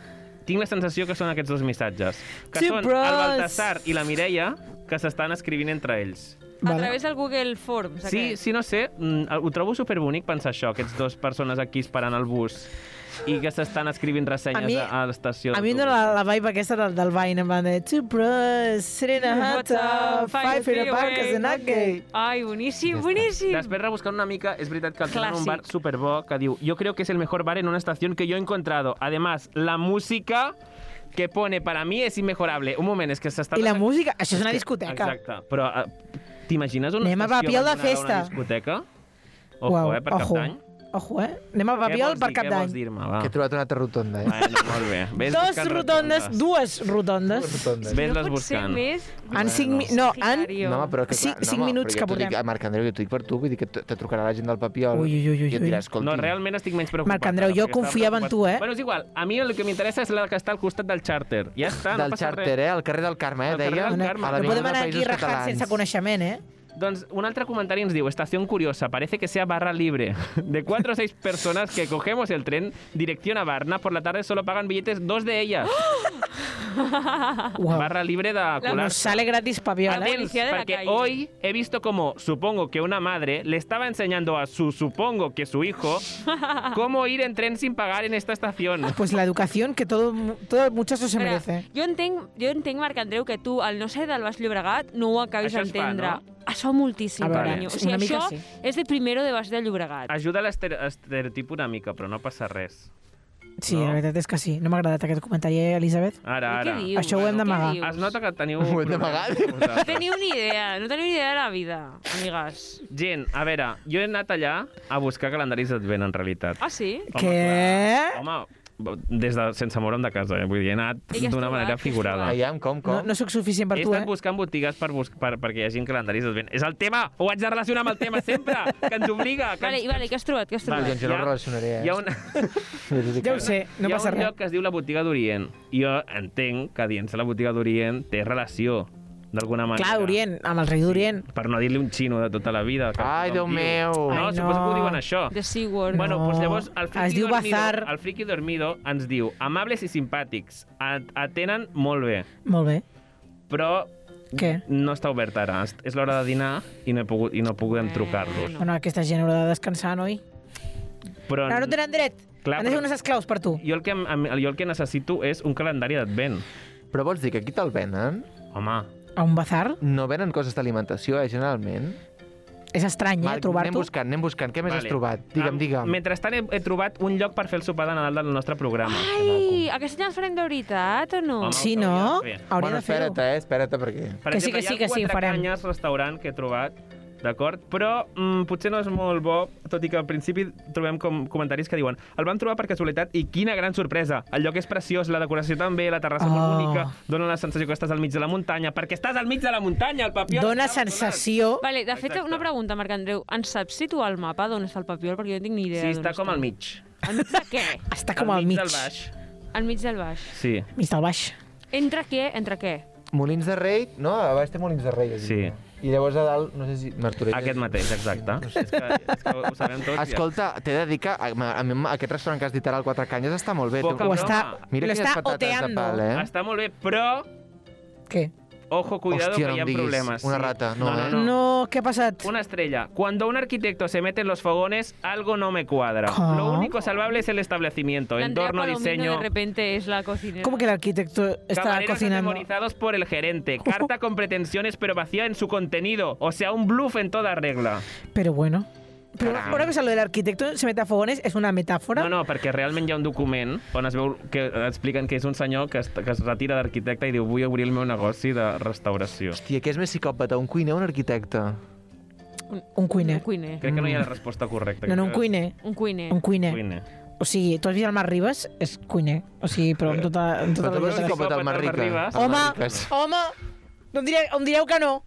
Tinc la sensació que són aquests dos missatges. Que
Two
són
bros.
el Baltasar i la Mireia que s'estan escrivint entre ells.
A
Vale.
través del Google Forms,
Sí,
aquest.
sí, no sé, mm, ho trobo superbonic pensar això, aquests dos persones aquí esperant el bus i que s'estan escrivint ressenyes
A
a,
mi-
a l'estació.
A mi em dóna la, la vibe aquesta del, del Vine, en plan de Two bros, sitting in a hot tub, five feet apart, because they're not gay.
Ai, boníssim, boníssim.
Després rebuscant una mica, és veritat que tenen un
Clàssic.
bar superbo que diu «Yo creo que es el mejor bar en una estación que yo he encontrado. Además, la música que pone para mí es inmejorable». Un moment, és que s'està...
I la música, això és una discoteca.
Exacte, però eh, t'imagines una
Anem a
estació
Papiol de
abandonada a
festa.
Una discoteca? Ojo, eh, per cap d'any.
Ojo, eh? Anem al
Què
papiol
vols
per
dir,
cap
Què vols
d'any.
dir-me, va?
Que he trobat una altra rotonda, eh?
Bueno, molt bé. Ves
Dos
buscant
rotondes, dues
Dues
rotondes.
rotondes.
Ves-les
no pot ser
buscant.
més...
En cinc... mi- No, en...
Sagitario.
No, home, però que,
Sí,
clar, no,
cinc
home,
minuts
però
que
jo t'ho dic-
portem.
A Marc Andreu, jo t'ho dic per tu, vull dir que te te trucarà la gent del Papiol
Ui, ui, ui, ui,
i et
ui.
dirà, escolti...
No, realment estic menys preocupat.
Marc Andreu,
ara,
jo
perquè estava
confiava en
preocupat.
tu, eh?
Bueno, és igual. A mi el que m'interessa és la que està al costat del xàrter. Ja està,
del
no passa
xàrter,
res.
eh? Al carrer del Carme, eh?
Al carrer
Deia,
del
a
Carme.
No
l'avinguda
podem anar
de
aquí
Països
rajant
Catalans.
sense coneixement, eh?
Doncs un altre comentari ens diu, estación curiosa, parece que sea barra libre. De cuatro o seis personas que cogemos el tren dirección a Barna, por la tarde solo pagan billetes dos de ellas. Ah,
Uau.
Barra libre de colar.
Nos sale gratis papiol, eh?
Atentos,
policía de la
porque
calle.
hoy he visto como, supongo que una madre le estaba enseñando a su, supongo que su hijo, cómo ir en tren sin pagar en esta estación.
eh? Pues la educación que todo, todo muchacho se
A veure,
merece.
Jo entenc, jo entenc, Marc Andreu, que tu, al no ser del Baix Llobregat, no ho acabis
Això es fa,
d'entendre.
no?
Això moltíssim,
A veure,
carinyo. O sigui,
una mica
això
sí.
és de primero de Baix de Llobregat.
Ajuda l'estereotip una mica, però no passa res.
Sí,
No.
la veritat és que sí. No m'ha agradat aquest comentari, eh, Elisabet?
Ara,
Què
ara.
dius?
Això ho hem
Què
d'amagar.
dius?
Es nota que teniu...
Ho hem
problemes
d'amagar?
vosaltres.
No teniu ni idea, no teniu ni idea de la vida, amigues.
Gent, a veure, jo he anat allà a buscar calendaris d'advent, en realitat.
Ah, sí?
Home,
Què?
clar. Home, des de, sense moure'm de casa, eh? vull dir, he anat
I què has
d'una
trobat?
manera
Què has
figurada.
trobat?
Aviam, Ah. com, com?
No, no sóc suficient per
He
tu,
estat
eh?
buscant botigues per bus per, perquè hi hagin calendaris d'advent. És el tema! Ho haig de relacionar amb el tema sempre! Que ens obliga! Que
Vale, i
ens...
vale, què has trobat? Què has trobat?
Vale. Doncs jo no
hi ha-
ho relacionaré, eh?
Hi ha una...
Ja ho sé, no
hi ha
passa
un
res.
lloc que es diu la botiga d'Orient. I jo entenc que dient-se la botiga d'Orient té relació, d'alguna manera.
Clar, Orient, amb el rei d'Orient.
Per no dir-li un xino de tota la vida. que
Ai,
tothom
Déu
diu.
meu.
No,
Ai,
suposo que
no.
ho diuen això.
The SeaWorld.
doncs, Bueno,
No. Ah,
pues llavors el friki,
Es diu
dormido,
Bazar.
el friki dormido ens diu amables i simpàtics, at- atenen molt bé,
Molt bé.
però
Què?
no està obert ara. Est- És l'hora de dinar i no, he pogut, i no podem trucar-los.
Bueno, aquesta gent haurà de descansar, noi?
Però
Però no tenen dret.
Clar,
Han de ser
però-
unes esclaus per tu.
jo, el que, em- em- jo el que necessito és un calendari d'advent.
Però vols dir que aquí te'l venen?
Home,
A un bazar?
No venen coses d'alimentació, eh, generalment?
És estrany, eh,
anem
trobar-t'ho.
buscant, anem buscant. Què més
Vale.
has trobat? Digue'm,
Am-
digue'm.
Mentrestant he, he trobat un lloc per fer el sopar de Nadal del nostre programa.
Ai, aquest any el farem de veritat o no?
Home,
Sí, no?
Hauria de fer.
Hauria
Bueno,
de fer-ho.
espera't, eh? Espera't, perquè...
Per
Que sí,
exemple,
que sí,
hi ha
que sí, ho
quatre
farem.
canyes restaurant que he trobat, d'acord? Però mm, potser no és molt bo, tot i que al principi trobem com comentaris que diuen el vam trobar per casualitat i quina gran sorpresa. El lloc és preciós, la decoració també, la terrassa oh.
Oh.
molt bonica, dona la sensació que estàs al mig de la muntanya, perquè estàs al mig de la muntanya, el papiol.
Dóna
està abandonat.
sensació...
Vale, de fet,
Exacte.
una pregunta, Marc Andreu. Ens saps situar el mapa d'on està el papiol? Perquè jo no tinc ni idea.
Sí,
d'on
està com al mig.
Al mig de què?
Està com al mig.
Al mig del baix.
Al mig del baix.
Sí,
Mig del baix.
Entre què? Entre què?
Molins de Rei, no? A baix té Molins de Rei. es diu.
Sí.
I llavors a dalt, no sé si... Martorell.
aquest mateix, exacte. és, que, és que ho sabem tots.
Escolta, t'he de dir que a, a mi aquest restaurant que has dit ara, el Quatre Canyes, està molt bé. tu.
Poca
Ho
broma.
està...
Mira
lo
quines
està
patates
oteando.
de pal,
ja.
eh?
Està molt bé, però...
Què?
Ojo, cuidado,
Hòstia, no
que hi
em
ha
diguis.
problemes.
Una rata, no, eh?
No. què ha passat?
Una estrella. Cuando un arquitecto se mete en los fogones, algo no me cuadra.
¿Cómo?
Lo único salvable es el establecimiento,
L'Andrea
entorno,
Palomino
diseño.
de repente es la cocinera.
¿Cómo que el arquitecto está
Camareros
cocinando?
atemorizados por el gerente. Carta con pretensiones pero vacía en su contenido. O sea, un bluff en toda regla.
Pero bueno. Pero
Caram.
una cosa, lo del arquitecto se mete a fogones es una metáfora.
No, no, perquè realment hi ha un document on es veu que expliquen que és un senyor que es, que es retira d'arquitecte i diu vull obrir el meu negoci de restauració.
Hòstia, què és més psicòpata, un cuiner o un arquitecte?
Un cuiner.
Un cuiner.
Crec que no hi ha la resposta correcta.
Mm. No, no, un
Crec que-
cuiner.
Un cuiner.
Un cuiner.
Cuiner.
O sigui, tu has vist el Marc Ribas? És cuiner. O sigui, però amb tota, amb tota
Però
la
tu vols
lletra.
psicòpata al Marrica?
Arribas.
Al
Home,
Marrica, sí.
home, no em, direu, em direu que no.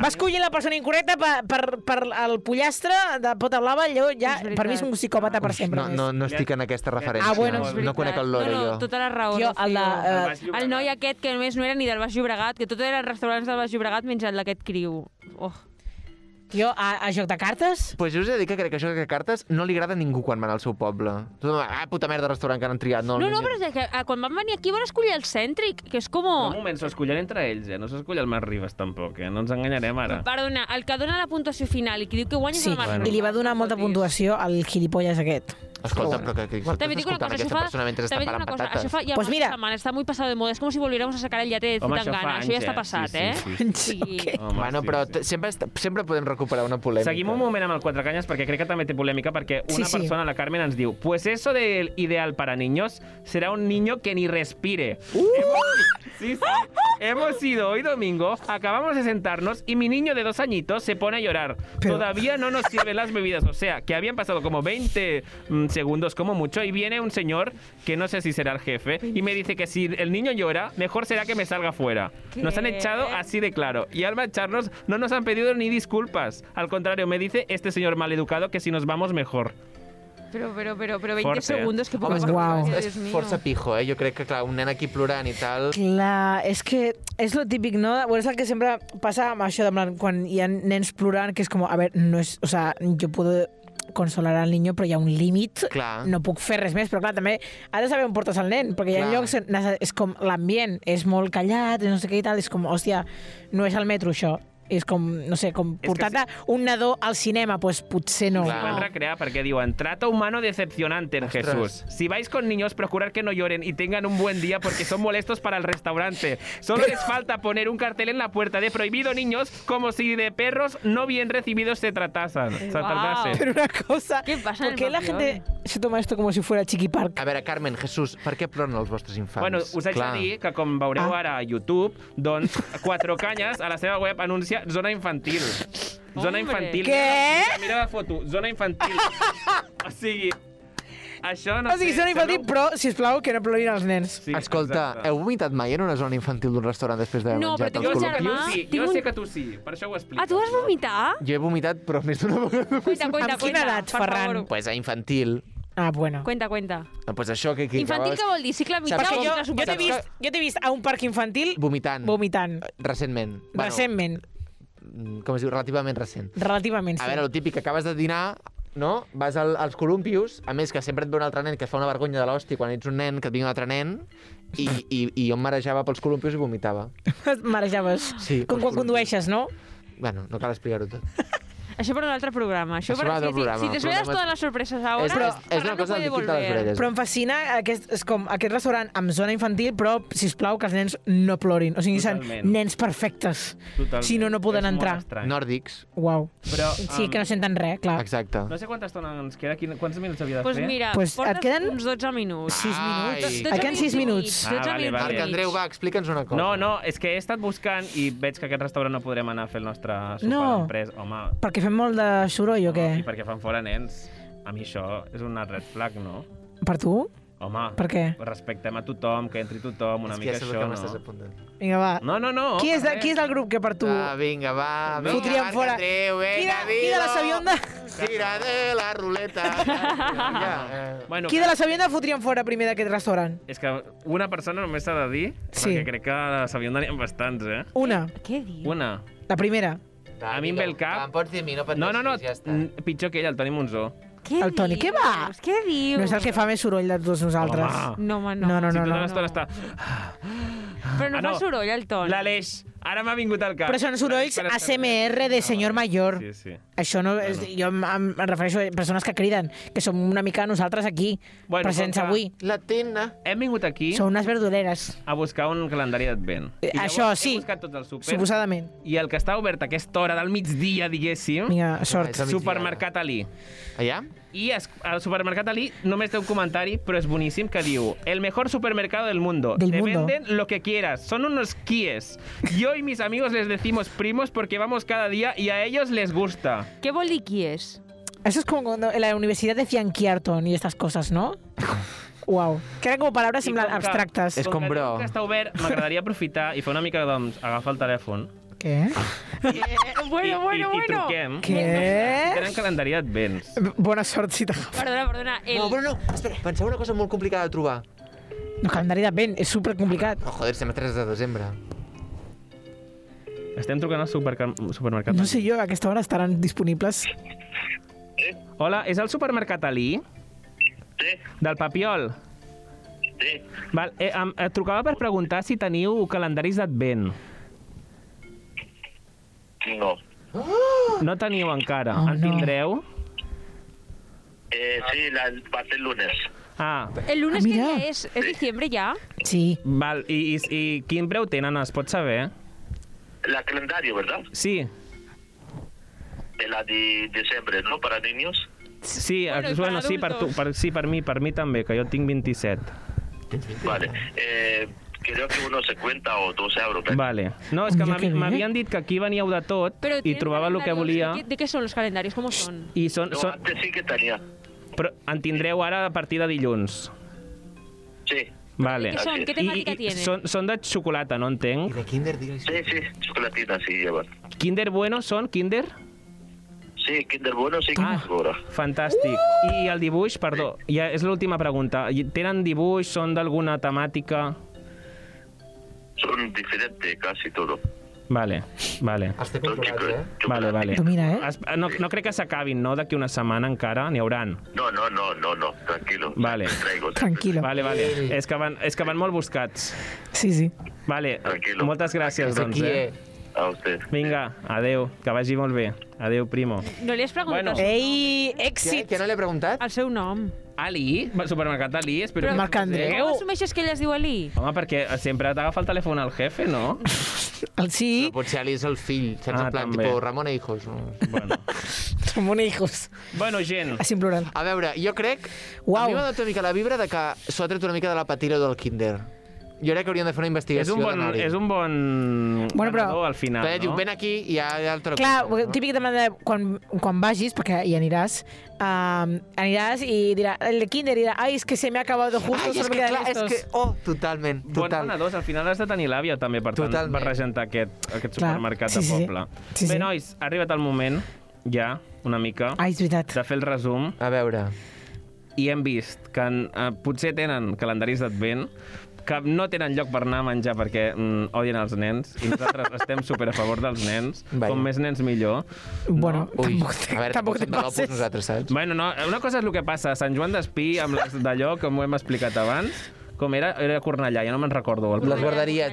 Vas collint la persona incorrecta per, per, per el pollastre de pota blava, allò ja,
És veritat.
per mi és un psicòpata per sempre.
No, no, no estic en aquesta referència.
Ah, bueno, és
no,
veritat.
conec el Lore,
no, no,
jo.
tota la raó.
Jo, el de... Eh,
Rocío.
Baix Llobregat.
El noi aquest que només no era ni del Baix Llobregat, que tot eren restaurants del Baix Llobregat menys el d'aquest criu. Oh.
Jo, a, a joc de cartes?
Pues jo us he de dir que crec que això de cartes no li agrada a ningú quan van al seu poble. Tothom, ah, puta merda, restaurant que han triat. No,
No, no, però és que eh, quan van venir aquí van escollir el cèntric, que és com...
Un moment, s'ho escollen entre ells, eh? No s'ho escoll el Marc Ribas, tampoc, eh? No ens enganyarem ara.
Perdona, el que dona la puntuació final i qui diu que guanya
Sí,
és el Marc.
i li va donar molta
Escoltis.
puntuació al gilipolles aquest.
Escolta, però que, que, que
També
estàs
dic una
escoltant
cosa, això
aquesta
fa...
persona mentre està
També dic
parlant
una cosa,
patates.
això fa ja
Pues
pues
mira.
mira... setmanes, està molt passada de moda, és com si volviéramos a sacar el llatet de
Home,
fotent
això fa
gana,
anys,
això ja està
eh?
passat,
Sí, sí,
eh?
sí.
Sí,
O sigui,
Home,
bueno,
sí,
però
sí.
t- sempre, est- sempre podem recuperar una polèmica.
Seguim un moment amb el Quatre Canyes perquè crec que també té polèmica perquè una
Sí, sí.
persona, la Carmen, ens diu Pues eso del ideal para niños será un niño que ni respire. Hemos, sí, sí. Hemos ido hoy domingo, acabamos de sentarnos y mi niño de dos añitos se pone a llorar.
Pero-
Todavía no nos sirven las bebidas, o sea, que habían pasado como 20 mm, segundos como mucho y viene un señor que no sé si será el jefe y me dice que si el niño llora, mejor será que me salga fuera. Nos han
¿Qué?
echado a Así de claro. Y al marcharnos no nos han pedido ni disculpas. Al contrario, me dice este señor maleducado que si nos vamos mejor.
però, però, però, però 20
Forte, eh?
segons que puc
Home, és,
Uau.
que, és força pijo, eh? Jo crec que, clar, un nen aquí plorant i tal...
Clar, és que és lo típic, no? O és el que sempre passa amb això, de, en plan, quan hi ha nens plorant, que és com, a veure, no és... O sea, jo puedo consolar al niño, però hi ha un límit.
Clar.
No puc fer res més, però clar, també has de saber on portes el nen, perquè hi ha
Clar.
llocs... on has- És com l'ambient, és molt callat, no sé què i tal, és com, hòstia, no és el metro, això. És com, no sé, com
que
portar-te un nadó al cinema, doncs potser no.
Clar.
Van recrear porque digo, trato humano decepcionante en
Ostras.
Jesús. Si vais con niños, procurar que no lloren y tengan un buen día porque son molestos para el restaurante. Solo les falta poner un cartel en la puerta de prohibido niños como si de perros no bien recibidos se tratasen. Se
Guau.
tratase.
Pero una cosa,
¿Qué pasa en
¿por
el
qué la
Panteón?
gente se toma esto como si fuera Chiqui Park?
A veure, Carmen, Jesús, per què ploren els vostres infants?
Bueno, us haig
Clar.
de dir que com veureu ara a YouTube, doncs Quatre Canyes a la seva web anuncia zona infantil. Zona
Hombre.
infantil.
Què?
Mira, mira la foto, zona infantil. o sigui, això no
O sigui,
sé,
són infantil,
sembla un-
però, sisplau, que no plorin els nens.
Sí,
Escolta,
exacte.
heu vomitat mai en una zona infantil d'un restaurant després d'haver
No,
menjat
però
els
Jo
tinc un
sé que tu
germà-
sí,
tinc
jo
un-
sé que tu sí, per això ho explico.
Ah, tu vas vomitar?
Jo he vomitat, però més d'una vegada.
Cuenta, cuenta,
Amb quina
cuenta,
edat,
per
Ferran?
favor.
Pues a infantil.
Ah, bueno.
Cuenta, cuenta.
Pues això que... que
Infantil
acabaves
què vol dir? Cicle mitjà
Saps
Perquè
o
com-
jo,
cicle
jo t'he
saps
superior?
vist, jo t'he vist a un parc infantil
Vomitant. Eh,
vomitant.
Recentment.
Recentment.
Bueno, com es diu? Relativament recent.
Relativament,
A
sí.
veure, el típic, acabes de dinar, no? Vas al, als columpius, a més que sempre et ve un altre nen que et fa una vergonya de l'hòstia quan ets un nen, que et vingui un altre nen, i, i, i jo em marejava pels columpios i vomitava.
Et marejaves.
Sí,
Com quan
pels columpius.
condueixes, no?
Bueno, no cal explicar-ho tot.
Això per un altre programa. Això
Això per un
si-
altre
si-
programa,
Si te sueltas
programa-
todas las sorpresas ahora,
és, és, és una
Ferran no
cosa
puede
de quitar les
volver.
orelles.
Però em fascina aquest, és com aquest restaurant amb zona infantil, però, sisplau, que els nens no plorin. O sigui,
Totalment.
són nens perfectes.
Totalment.
Si no, no poden
És molt
entrar.
estrany.
Nòrdics,
Uau.
Però,
Sí, que no
um,
senten res, clar.
exacte.
No sé quanta estona ens queda, quin- quants minuts havia de
Pues
fer?
mira,
Pues et
portes
queden-
uns 12 minuts.
Sis
Ai.
minuts.
Et
Et queden sis minuts.
Ah,
12
vale,
minuts.
vale.
Marc Andreu, va, explica'ns una cosa.
No, no, és que he estat buscant i veig que a aquest restaurant no podrem anar a fer el nostre sopar
No.
d'empresa. Home,
Perquè fem molt de soroll o què?
I perquè fan fora nens. A mi això és una red flag, no?
Per tu?
Home,
Per què?
respectem a tothom, que entri tothom, una
és que
mica
ja sé el que
això,
m'estàs
no?
apuntant.
Vinga, va.
No, no, no.
Qui és, de,
res.
qui és del grup que per tu...
Ah, vinga, va. Vinga,
Fotrien
Marc
fora.
Andreu,
qui,
venga,
de, qui de la
dilo.
Sabionda?
Gira de la ruleta. Ja, eh.
Bueno,
Qui de la Sabionda fotrien fora primer d'aquest restaurant?
és que una persona només s'ha de dir,
Sí.
perquè crec que s'havien d'anar bastants, eh?
Una,
Què dius?
Una.
la primera.
A mi em ve el cap.
Va, Em pots dir a mi, no pateixis,
No, no, no,
ja està.
mm, pitjor que ell, el Toni Monzó.
Què
El Toni, què va?
dius? Què dius?
No és el que fa més soroll de tots nosaltres.
Home.
No, home, no.
No, no,
si
no,
tota
no,
l'estona està...
Però no, fa
Ah, no.
soroll, el Toni.
L'Aleix, ara m'ha vingut al cap.
Però són sorolls
Espera, espera,
ASMR de senyor mayor.
Sí, sí.
Això no... És, jo em, em em refereixo a persones que criden, que som una mica nosaltres aquí,
Bueno,
presents
com que-
avui.
Latina.
Hem vingut aquí
Som unes verduleres,
a buscar un calendari d'advent.
Eh,
I llavors
això, sí.
He buscat tots els súpers.
suposadament.
I el que està obert a aquesta hora del migdia, diguéssim,
Vinga,
Ah,
sort.
és el migdia.
Supermercat Alí.
Allà?
I es, al Supermercat Alí només té un comentari, però és boníssim, que diu El mejor supermercado del mundo.
Del
Te
mundo.
venden lo que quieras. Son unos kies. Yo y mis amigos les decimos primos porque vamos cada día y a ellos les gusta.
Què vol dir qui és?
Eso es como cuando en la universidad decían Kiarton y estas cosas, ¿no? Wow. Que eran como palabras en
I
plan
com que-
abstractas.
És com
que
bro.
diu Que està obert, m'agradaria aprofitar i fer una mica, doncs, agafar el telèfon
Què?
i,
Bueno, bueno,
i, i
bueno.
truquem.
Què?
Tenen calendari d'advents.
Bona sort si t'agafes.
Perdona, perdona. El...
No, però no, espera, penseu una cosa molt complicada de trobar.
No, calendari d'advent, és supercomplicat.
Oh, joder, estem a 3 de desembre.
Estem trucant al superca- supermercat.
No sé jo, a aquesta hora estaran disponibles.
Hola, és el supermercat Alí?
Sí,
Del Papiol?
sí.
Val, eh, em, et trucava per preguntar si teniu calendaris d'advent.
No.
No teniu encara.
Oh,
en
no.
tindreu?
Eh, sí, la, va a ser el lunes.
Ah,
El lunes
Ah,
que
mira.
ve es, es diciembre ya.
Sí.
val. I, i, i quin preu tenen? Es pot saber?
La calendario, ¿verdad?
Sí,
De la de diciembre, ¿no? Para niños.
sí,
Bueno, i
bueno,
per
bueno sí, per tu,
adultos.
per, sí, per mi, per mi també, que jo tinc 27.
Vale. Eh, creo que unos 50 o 12 euros. ¿verdad?
Vale. No, és que
Mira Oh, que
m'havi-
bé.
m'havien dit que aquí veníeu de tot
Pero
i
tienen
trobava el que
calendarios.
volia.
¿De qué, de qué son los calendarios? ¿Cómo son?
I són,
No,
són,
antes sí que tenía.
però en tindreu ara a partir de dilluns.
Sí,
Vale.
què són? Què temàtica
I, i,
tienen?
són, són de xocolata, no entenc.
sí, sí. Chocolatina sí llevan.
Kinder Bueno són Kinder?
Sí, Kinder Bueno sí que
Ah.
ahora.
Fantàstic.
Uh!
I el dibuix, perdó, ja és l'última pregunta. I Tenen dibuix, són d'alguna temàtica?
Son diferentes casi todo.
Vale, vale.
Està
Son choco-
eh?
Vale,
chocolate.
vale.
Tu mira, eh?
Es, no, no crec que s'acabin, no? D'aquí una setmana encara n'hi hauran.
No, no, no, no, no. Tranquilo.
Vale.
Traigo.
Tranquilo.
Vale, vale. És que van, és que van molt buscats.
Sí, sí.
Vale,
Tranquilo.
moltes gràcies, doncs. Eh?
A usted.
Vinga, adeu, que vagi molt bé. Adeu, primo.
No li has preguntat
Bueno.
bueno.
Ei,
Sí,
èxit!
que no l'he preguntat?
el seu nom.
Ali, supermercat Ali, espero
Però-
que...
Marc Andreu.
oh.
Com assumeixes que ell es diu Elí?
Home, perquè sempre t'agafa el telèfon al jefe, no?
El sí,
Però potser Ali és el fill, saps?
Ah,
Ah, en plan,
també.
tipo, Ramon e hijos. No?
bueno.
som un hijos.
bueno, gent,
Així en plural.
A veure, jo crec...
Uau.
A mi m'ha donat una mica la vibra de que s'ho ha tret una mica de la patilla del kinder. Jo crec que hauríem de fer una
és
investigació
un bon,
d'anar-hi.
és un bon
Bueno, però-
ganador al final,
Però ella diu,
no?
ven aquí i ja, ja te lo
Clar,
compto", no?
típic demanda de quan, quan vagis, perquè hi aniràs, um, aniràs i dirà, el kinder dirà, ai, és que se me ha acabado justo,
Ai, és
solo
que,
quedan
clar, és
estos.
que... Oh, totalment,
Bons
total.
venedors, al final has de tenir l'àvia també per tant,
Totalment.
per regentar aquest, aquest
Clar,
supermercat
sí, sí,
de
sí.
poble.
Sí,
Bé,
sí.
nois, ha arribat el moment, ja, una mica,
Ai, és veritat.
de fer el resum
A veure,
i hem vist que eh, potser tenen calendaris d'advent, que no tenen lloc per anar a menjar perquè mm, odien els nens i nosaltres estem super a favor dels nens,
Vaja.
com més nens millor.
Bueno,
ui,
tampoc,
a veure,
tampoc
tampoc
te
som de l'opus
passes.
nosaltres, saps?
Bueno, no, una cosa és el que passa a Sant Joan d'Espí amb les d'allò, com ho hem explicat abans, com era, era Cornellà, ja no me'n recordo. El...
Les guarderies.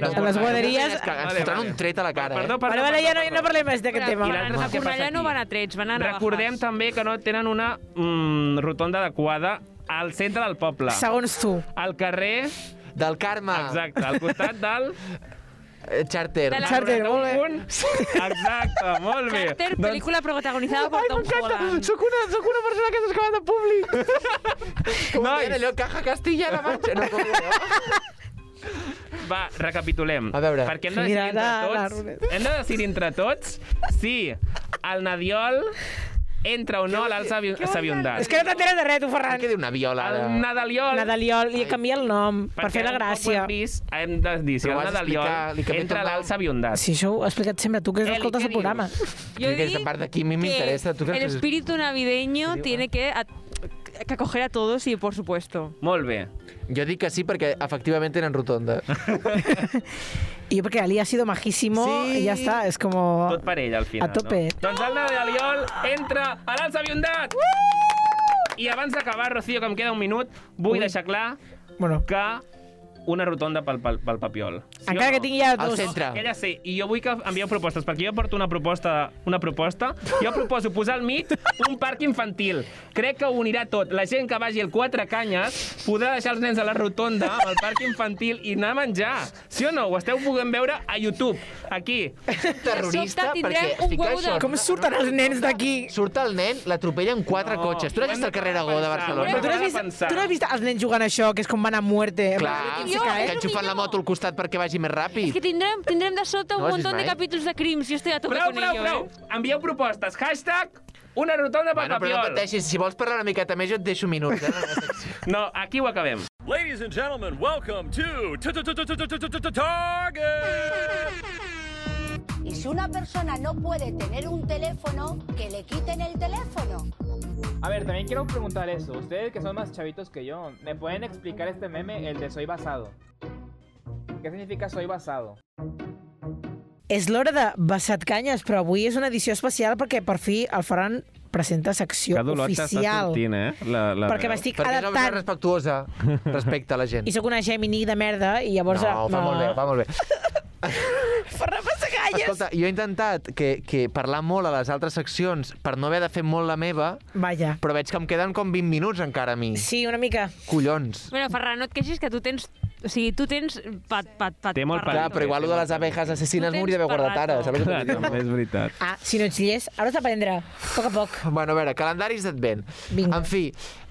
A les
Cornellà.
guarderies-
És que Ens fotran un tret a la cara,
Perdó,
eh?
Vale,
perdó,
vale, ja
perdó,
no,
perdó.
no parlem més d'aquest tema.
I l'altre
a
és el que passa
Cornellà
aquí.
no van a trets, van a navajas.
Recordem també que no tenen una mm, rotonda adequada al centre del poble.
Segons tu.
Al carrer,
Del Carme.
exacte, al costat del...
Eh, Charter.
De la-
Charter, molt bé.
91. Exacte, molt bé.
Carter,
Doncs
pel·lícula protagonitzada per Tom
em
Holland.
Sóc una, sóc una persona que s'ha escapat de públic. Com
Nois.
deien allò, caja Castilla la Mancha. No, com era?
Va, recapitulem.
A veure.
Perquè hem de
Mira,
decidir
la- la
entre
ruleta.
tots... Hem de decidir entre tots si el Nadiol entra o no a l'alt savi- saviundat.
És que no t'enteres de res, tu, Ferran.
Què diu una viola? ara?
El Nadaliol...
Nadaliol, li canvia el nom, per fer la
Perquè
gràcia.
un cop ho hem vist, hem de dir si
Però
el
ho has d'explicar,
Nadaliol
li canviem
entra a
tot
l'alt
nom.
saviundat.
Si això ho he explicat sempre, tu que
Eli,
escoltes
què
el programa.
dius?
Jo dic aquesta part d'aquí a mi m'interessa. Tu creus
el
que és-
espíritu navideño tiene que, a- que acoger a todos y por supuesto.
Molt bé.
Jo dic que sí perquè efectivament tenen rotonda.
Y yo porque Ali ha sido majísimo
Sí.
y ya está, es como...
Tot per ell, al final.
A tope.
No? Doncs el Nadaliol entra a l'alt saviundat! I abans d'acabar, Rocío, que em queda un minut, vull deixar clar
Bueno,
que una rotonda pel, pel, pel papiol. Sí o
encara que
no?
tingui ja
Al
dos...
centre.
Aquella sí, i jo vull que envieu propostes, perquè jo porto una proposta, una proposta. Jo proposo posar al mig un parc infantil. Crec que ho unirà tot. La gent que vagi al Quatre Canyes podrà deixar els nens a la rotonda amb el parc infantil i anar a menjar. Sí o no? Ho esteu podent veure a YouTube, aquí.
Terrorista,
sobte tindrem
perquè
un
ficar
huevo de-
això...
Com surten els nens d'aquí?
Surt el nen, l'atropellen quatre
No,
cotxes. Tu
ho
l'has vist
hem
al carrer
de
Aragó de
pensar, ho hem
Però
Barcelona?
tu no has vist,
Avançar.
tu no has vist els nens jugant a això, que és com van a muerte? en
Clar,
plan,
Jo, és
que
el
enxufen la
millor.
moto al costat perquè vagi més
Es que
ràpid.
tindrem, tindrem de sota un
No has vist
montón de
mai?
capítulos de crims. Yo estoy a tope
Prou,
con
prou,
ello,
prou!
eh.
Envieu propostes. Hashtag una rotonda pel
Bueno, però no
papiol.
pateixis, si vols parlar una miqueta més jo et deixo minuts. Eh? en la secció.
No, aquí ho acabem.
Ladies and gentlemen, welcome to Target.
Y si una persona no puede tener un teléfono, que le quiten el teléfono.
A ver, también quiero preguntar eso. Ustedes que son más chavitos que yo, ¿me pueden explicar este meme, el de soy basado? ¿Qué significa soy basado?
És l'hora de Bassat Canyes, però avui és una edició especial perquè per fi el Ferran presenta secció
Que dolor t'està
oficial.
sortint, eh? La, la
perquè
veu.
m'estic
Perquè és una persona
adaptant
respectuosa respecte a la gent.
i sóc una Gemini de merda i llavors...
No,
eh,
va molt bé, va molt bé.
Ferran Bassagalles!
Escolta, jo he intentat que, que parlar molt a les altres seccions per no haver de fer molt la meva,
Vaja.
però veig que em queden com 20 minuts encara a mi.
Sí, una mica.
Collons.
Bueno, Ferran, no et queixis que tu tens... O sigui, tu tens... Pat, pat, pat,
Té molt
Clar,
Clar,
però igual lo de les abejas
Tu
assassines
tens
m'hauria d'haver guardat ara,
parlat,
saps?
Clar,
Clar,
també és veritat.
Ah, si no ets llest, ara has d'aprendre, a poc a poc.
Bueno, a veure, calendaris d'advent.
Vinga.
En fi,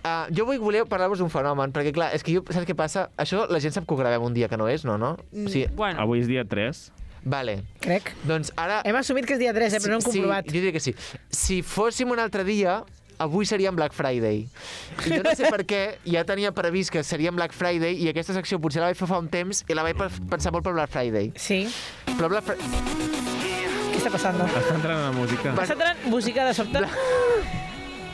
uh, jo vull voler parlar-vos d'un fenomen, perquè clar, és que jo, saps què passa? Això la gent sap que ho gravem un dia que no és, no, no?
Mm,
O sigui,
Bueno,
Avui és dia 3.
vale,
Crec.
doncs ara...
Hem assumit que és dia 3, eh, però no hem comprovat.
Sí, jo diria que sí. Si fóssim un altre dia, avui seria en Black Friday. I jo no sé per què, ja tenia previst que seria en Black Friday i aquesta secció potser la vaig fer fa un temps i la vaig pe- pensar molt per Black Friday.
Sí.
Però Black Friday...
Què està passant?
Està entrant a la música.
Està entrant música de sobte?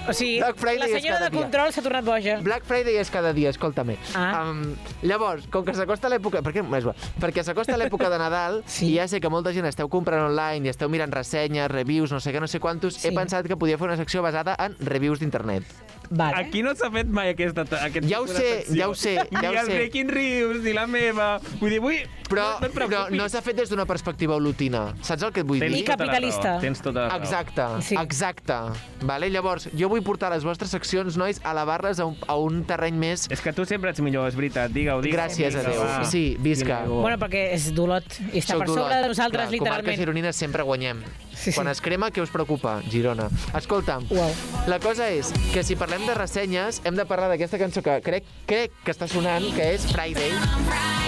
O sigui,
Black Friday
la
és
senyora
cada
de
dia.
control s'ha tornat boja.
Black Friday és cada dia, escolta'm.
Ah.
Um, llavors, com que s'acosta l'època... Per què? És bo. Perquè s'acosta l'època de Nadal
Sí.
i ja sé que molta gent esteu comprant online i esteu mirant ressenyes, reviews, no sé què, no sé quantos,
Sí.
he pensat que podia fer una secció basada en reviews d'internet.
Vale.
Aquí no s'ha fet mai aquesta, aquest
Ja ho
tipus de
sé,
secció.
ja ho sé, ja
ni
ho
el
sé.
Breaking Rius, ni la meva. Vull dir, vull...
Però
no, no et
no,
preocupis.
no s'ha fet des d'una perspectiva olutina. Saps el que et vull
Tens
dir?
I
tota la
capitalista.
raó, Tens tota la raó.
Exacte,
Sí.
sí. exacte. Vale? Llavors, jo vull portar les vostres seccions, nois, a elevar-les a, un, a un terreny més...
És que tu sempre ets millor, és veritat. Digue-ho, digue-ho.
Gràcies a
Vinga,
Déu.
va.
Sí, visca.
Digue-ho.
Bueno, perquè és d'Olot i està
Sóc
per sobre
d'Olot.
de nosaltres,
Clar, Comarques
literalment.
gironines sempre guanyem.
Sí, sí.
Quan es crema, què us preocupa? Girona. Escolta'm,
Uau.
la cosa és que si parlem de ressenyes, hem de parlar d'aquesta cançó que crec, crec que està sonant, que és Friday.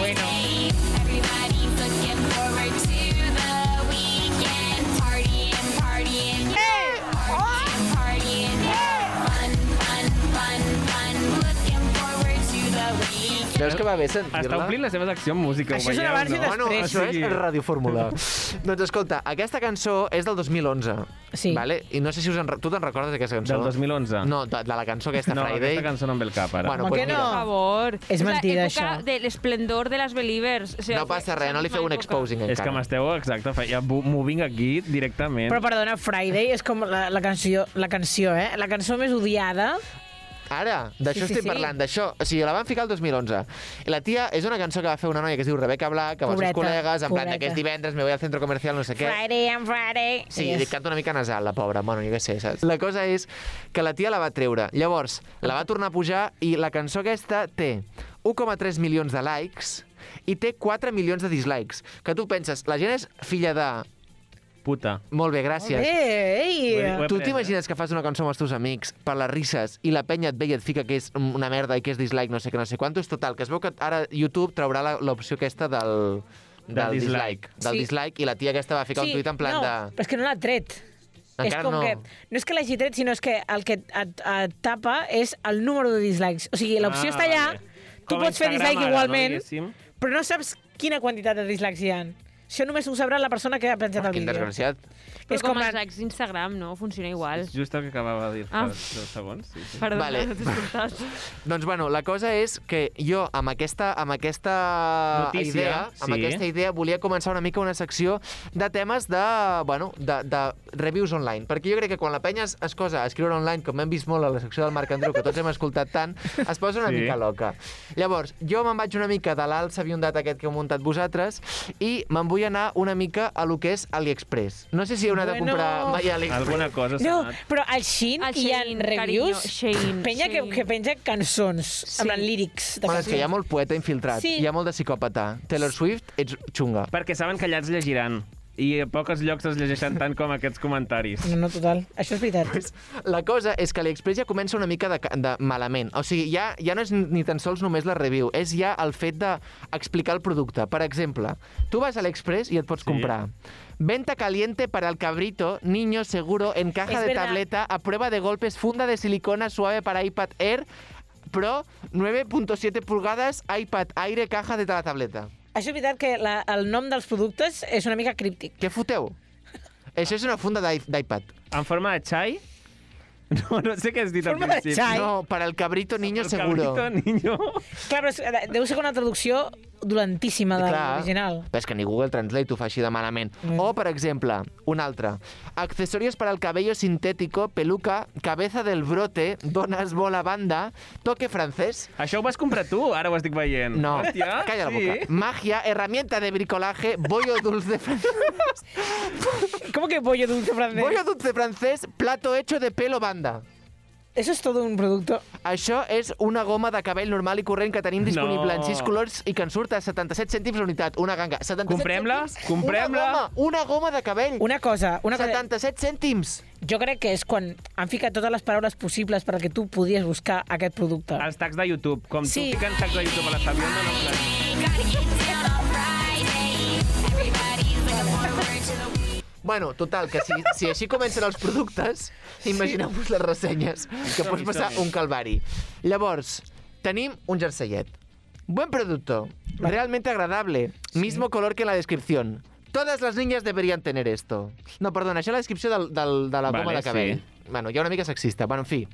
Bueno.
Veus que va bé sentir-la?
Està omplint la seva secció amb música,
Això
ho
és un
veieu,
abans i
no?
Bueno,
Després,
això
o sigui-
és Radio Fórmula. eh? doncs escolta, aquesta cançó és del 2011.
Sí.
Vale? I no sé si us en... re- tu te'n recordes d'aquesta cançó?
Del 2011?
No, de, de la cançó aquesta,
No,
Friday.
aquesta cançó no em ve el cap, ara.
Bueno,
Home,
pues
que
mira,
no.
per favor.
És mentida,
l'època
això.
de l'esplendor de les Believers. O sigui,
no passa res, no li feu un exposing
És que
encara.
m'esteu, exacte, fa- ja bu- m'ho vinc aquí directament.
Però perdona, Friday és com la, la canció, la canció, eh? La cançó més odiada.
Ara,
Sí,
d'això
sí,
estic
sí.
parlant, d'això. O sigui, la van ficar el 2011. I la tia és una cançó que va fer una noia que es diu Rebecca Black, amb els
Pobreta,
seus col·legues, en plan,
pobreta.
d'aquest divendres me voy al centre comercial, no sé què.
Friday and Friday.
Sí,
Yes.
yes. canta una mica nasal, la pobra. Bueno, jo què sé, saps? La cosa és que la tia la va treure. Llavors, la va tornar a pujar i la cançó aquesta té 1,3 milions de likes i té 4 milions de dislikes. Que tu penses, la gent és filla de...
Puta.
Molt bé,
Molt
gràcies.
Bé, ei.
Ho he- ho he après,
Tu
eh?
t'imagines que fas una cançó amb els teus amics per les risses i la penya et ve i et fica que és una merda i que és dislike, no sé què, no sé quantos, total, que es veu que ara YouTube traurà la- l'opció aquesta del,
Del
del, del
dislike.
dislike. Del
Sí.
dislike i la tia aquesta va ficar un tuit en plan
no,
de...
però és que no l'ha tret.
Encara
és com
no.
que, no és que l'hagi tret, sinó és que el que et, et, et tapa és el número de dislikes. O sigui, l'opció
Ah,
està allà,
vale.
tu
Com
pots fer
Instagram
dislike
ara, no,
igualment,
diguéssim.
però no saps quina quantitat de dislikes hi ha. Això només ho sabrà la persona que ha penjat el
Ah, Quin
vídeo.
desgraciat.
Però
És
com,
com
els
la-
likes d'Instagram, no? Funciona igual.
És just el que acabava de dir fa
Ah.
dos segons. Sí, sí.
Perdona,
Vale.
no t'he escoltat.
Doncs bueno, la cosa és que jo amb aquesta, amb aquesta
Notícia,
idea, amb
sí.
aquesta idea volia començar una mica una secció de temes de, bueno, de, de reviews online, perquè jo crec que quan la penya es, es cosa a escriure online, com hem vist molt a la secció del Marc Andreu, que tots hem escoltat tant, es posa una
Sí.
sí. mica loca. Llavors, jo me'n vaig una mica de l'alt sabiondat aquest que heu muntat vosaltres i me'n vull anar una mica a lo que és AliExpress. No sé si heu anat
Bueno.
a comprar mai a AliExpress.
Alguna cosa s'ha
No,
anat.
però al Shein
Al
hi ha
Shein,
reviews,
carinyo, Shein,
penya que,
Shein.
que penja cançons, sí. amb lírics. De
Bueno, és que hi ha
cançons.
molt poeta infiltrat,
Sí.
sí. hi ha molt de psicòpata. Taylor Swift, ets xunga.
Perquè saben que allà ens llegiran. I a pocs llocs es llegeixen tant com aquests comentaris.
No, no, total. Això és veritat.
La cosa és que l'Express ja comença una mica de, ca- de malament. O sigui, ja, ja no és ni tan sols només la review, és ja el fet d'explicar el producte. Per exemple, tu vas a l'Express i et pots sí. comprar Venta caliente para el cabrito, niño seguro, en caja
Es
de
verdad.
tableta, a prueba de golpes, funda de silicona suave para iPad Air, Pro, 9.7 pulgadas, iPad Aire, caja de la tableta.
Això és veritat que la, el nom dels productes és una mica críptic.
Què foteu? Això és una funda d'i- d'iPad.
En forma de xai? No, no sé què has dit
Forma
al
de
principi.
xai. Ai.
No, para el cabrito niño
El
seguro.
cabrito, niño.
eh, Clar, però és- deu ser com una traducció dolentíssima de
Clar.
l'original.
És que ni Google Translate ho fa així de malament.
Mm.
O, per exemple, un altre. Accesorios para el cabello sintético, peluca, cabeza del brote, donas bola banda, toque francés...
Això ho vas comprar tu, ara ho estic veient.
No,
Hòstia,
calla la
sí.
boca. Magia, herramienta de bricolaje, bollo dulce francés,
¿Cómo que pollo dulce francés?
bollo dulce francés, plato hecho de pelo banda.
Eso es todo un producto.
Això és una goma de cabell normal i corrent que tenim disponible
No.
en 6 colors i que ens surt a 77 cèntims la unitat. Una ganga. 77
Comprem-la?
cèntims?
Comprem-la?
Una goma, una goma de cabell.
Una cosa, una cosa...
77 cèntims.
Jo crec que és quan han ficat totes les paraules possibles perquè tu podies buscar aquest producte.
Els tags de YouTube. Com
Sí.
tu fiquen tags de YouTube a la Sabiona, no em plec.
Bueno, total, que si, si així comencen els productes, imagineu-vos les ressenyes, que pots passar un calvari. Llavors, tenim un jerseillet. Buen producto, realmente agradable, mismo color que en la descripción. Todas las niñas deberían tener esto. No, perdona, això és la descripció del, del, de la goma
Vale,
de cabell.
sí.
Bueno, ja una mica sexista. Bueno, en fi.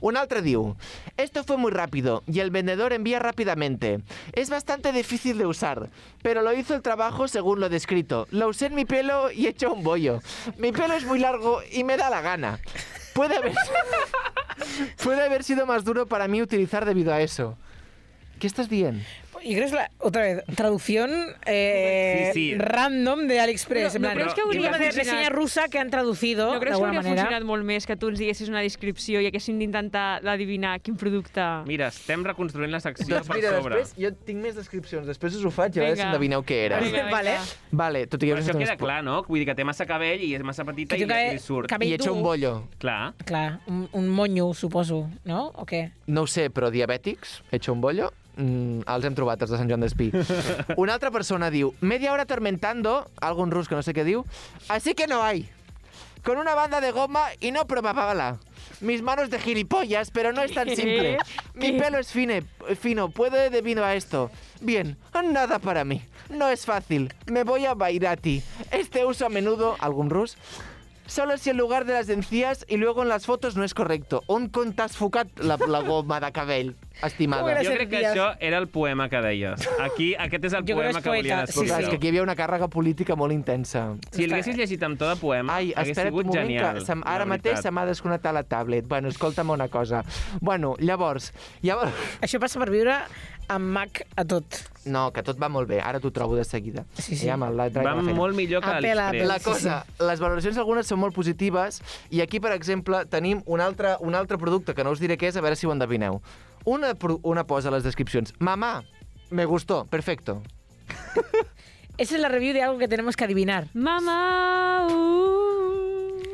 Un altre diu, esto fue muy rápido y el vendedor envía rápidamente. Es bastante difícil de usar, pero lo hizo el trabajo según lo descrito. Lo usé en mi pelo y he hecho un bollo. Mi pelo es muy largo y me da la gana. Puede haber, puede haber sido más duro para mí utilizar debido a eso. ¿Qué estás bien?
Y creo que es la, otra vez, traducción eh,
Sí, sí.
random de AliExpress.
No,
en
no,
plan,
pero es que
tipo
habría
de
funcionado.
reseña rusa que han traducido
No
de
creus que
alguna
hauria
manera.
funcionat molt més que tu ens diguessis una descripció i haguéssim d'intentar adivinar quin producte...
Mira, estem reconstruint la secció
Doncs
per
mira,
sobre.
després jo tinc més descripcions, després us ho faig i a veure si
Vinga.
endevineu què era.
Vinga, vinga.
Vale.
Vale, tot i que...
Però això
us-
queda clar, no? Vull dir que té massa cabell i és massa petita
Que
i,
té cabell-
i surt.
cabell-
I he hecho un
dur.
bollo.
Clar.
Clar, un, un monyo, suposo, no? O què?
No ho sé, però diabètics, he hecho un bollo, mm, els hem trobat, els de Sant Joan d'Espí. Una altra persona diu, media hora atormentando, algun rus que no sé què diu, así que no hay, con una banda de goma y no probabala. Mis manos de gilipollas, pero no es tan simple. Mi pelo es fine, fino, puedo debido a esto. Bien, nada para mí. No es fácil. Me voy a Bairati. Este uso a menudo, algún rus, Solo si el lugar de las encías y luego en las fotos no es correcto. On contas fucat la, la goma de cabell,
Com
estimada?
era
Jo crec que
senties.
això era el poema que deies. Aquí, aquest és el
Jo crec que
poema
és
que volia
poeta, sí,
Clar, és Pues, que
descobrir.
aquí hi havia una càrrega política molt intensa.
Si l'haguessis llegit amb tot el poema,
Ai,
hagués
espera't un
sigut
moment,
genial.
que se, m-
la
ara mateix
veritat.
se m'ha desconnectat la tablet. Bueno, escolta'm una cosa. Bueno, llavors... llavors...
Això passa per viure amb Mac a tot.
No, que tot va molt bé, ara t'ho trobo de seguida.
Sí, sí.
Ja me l'ha-
Va
me l'ha fet.
molt millor que
Apela,
l'Express.
La
Sí,
cosa, les valoracions algunes són molt positives i aquí, per exemple, tenim un altre, un altre producte que no us diré què és, a veure si ho endevineu. Una, pro- una posa a les descripcions. Mamá, me gustó, perfecto.
Esa es la review de algo que tenemos que adivinar.
Mama, uh...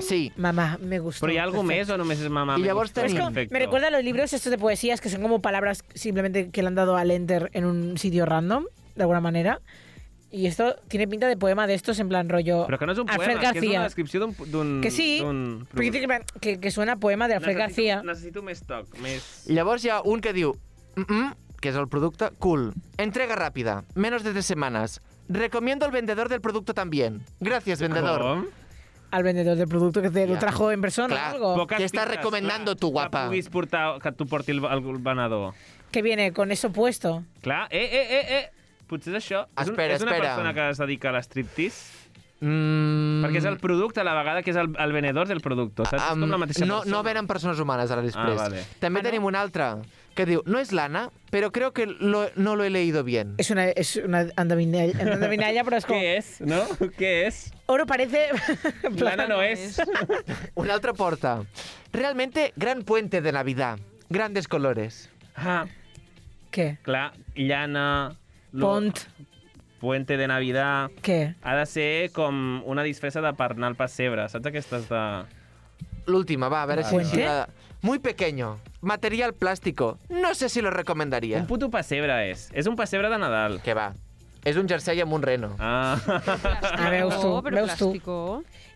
Sí,
Mamá, me gustó.
Però hi ha algú més o només és mamà?
I
me
llavors
gusta?
Es
tenim-
como- me recuerda a los libros estos de poesías que son como palabras simplemente que le han dado al enter en un sitio random, de alguna manera. Y esto tiene pinta de poema de estos en plan rollo.
Però que no és un poema,
Alfred García.
que és una descripció d'un... d'un-
Que sí,
d'un
porque dice que, que- que suena a poema de Alfred
necessito,
García.
necessito més toc, més...
llavors hi ha un que diu... Mm -mm, que és el producte, cool. Entrega ràpida, menos de tres semanas. Recomiendo el vendedor del producto también. Gracias, vendedor.
Com?
Al vendedor del producto que te lo
Ya.
trajo en persona
Claro.
o algo.
Poca- Què estàs
pintes,
recomendando
clar,
tu, guapa?
Que puguis portar, que tu porti el, el, venedor.
Que viene con eso puesto.
Clar, eh, eh, eh, eh. Potser és això. És
Espera,
és una
espera.
persona que es dedica a l'estriptease,
Mm,
perquè és el producte a la vegada que és el, el venedor del producte, saps? és com la mateixa
no,
persona.
no venen persones humanes a l'Express.
Ah, vale.
També tenim un altre que diu, no és l'Anna, però creo que lo, no lo he leído bien.
Es una, es una andavinalla, andavinalla, pero es como.
Què és, no? Què és?
Oro parece. en plan-
Plana no és.
Una altra porta. Realmente, gran puente de Navidad. Grandes colores.
Ah,
¿Qué?
clar, llana... lo-
Pont.
Puente de Navidad...
¿Qué?
Ha de ser com una disfressa de per anar al pessebre, saps aquestes de...
L'última, va, a veure si...
Puente?
si la- Muy pequeño. Material plástico. No sé si lo recomendaría.
Un puto pessebre és. És un pessebre de Nadal.
Que va. És un jersei amb un reno.
Ah.
Ah, veus tu,
però
veus tu.
plàstico.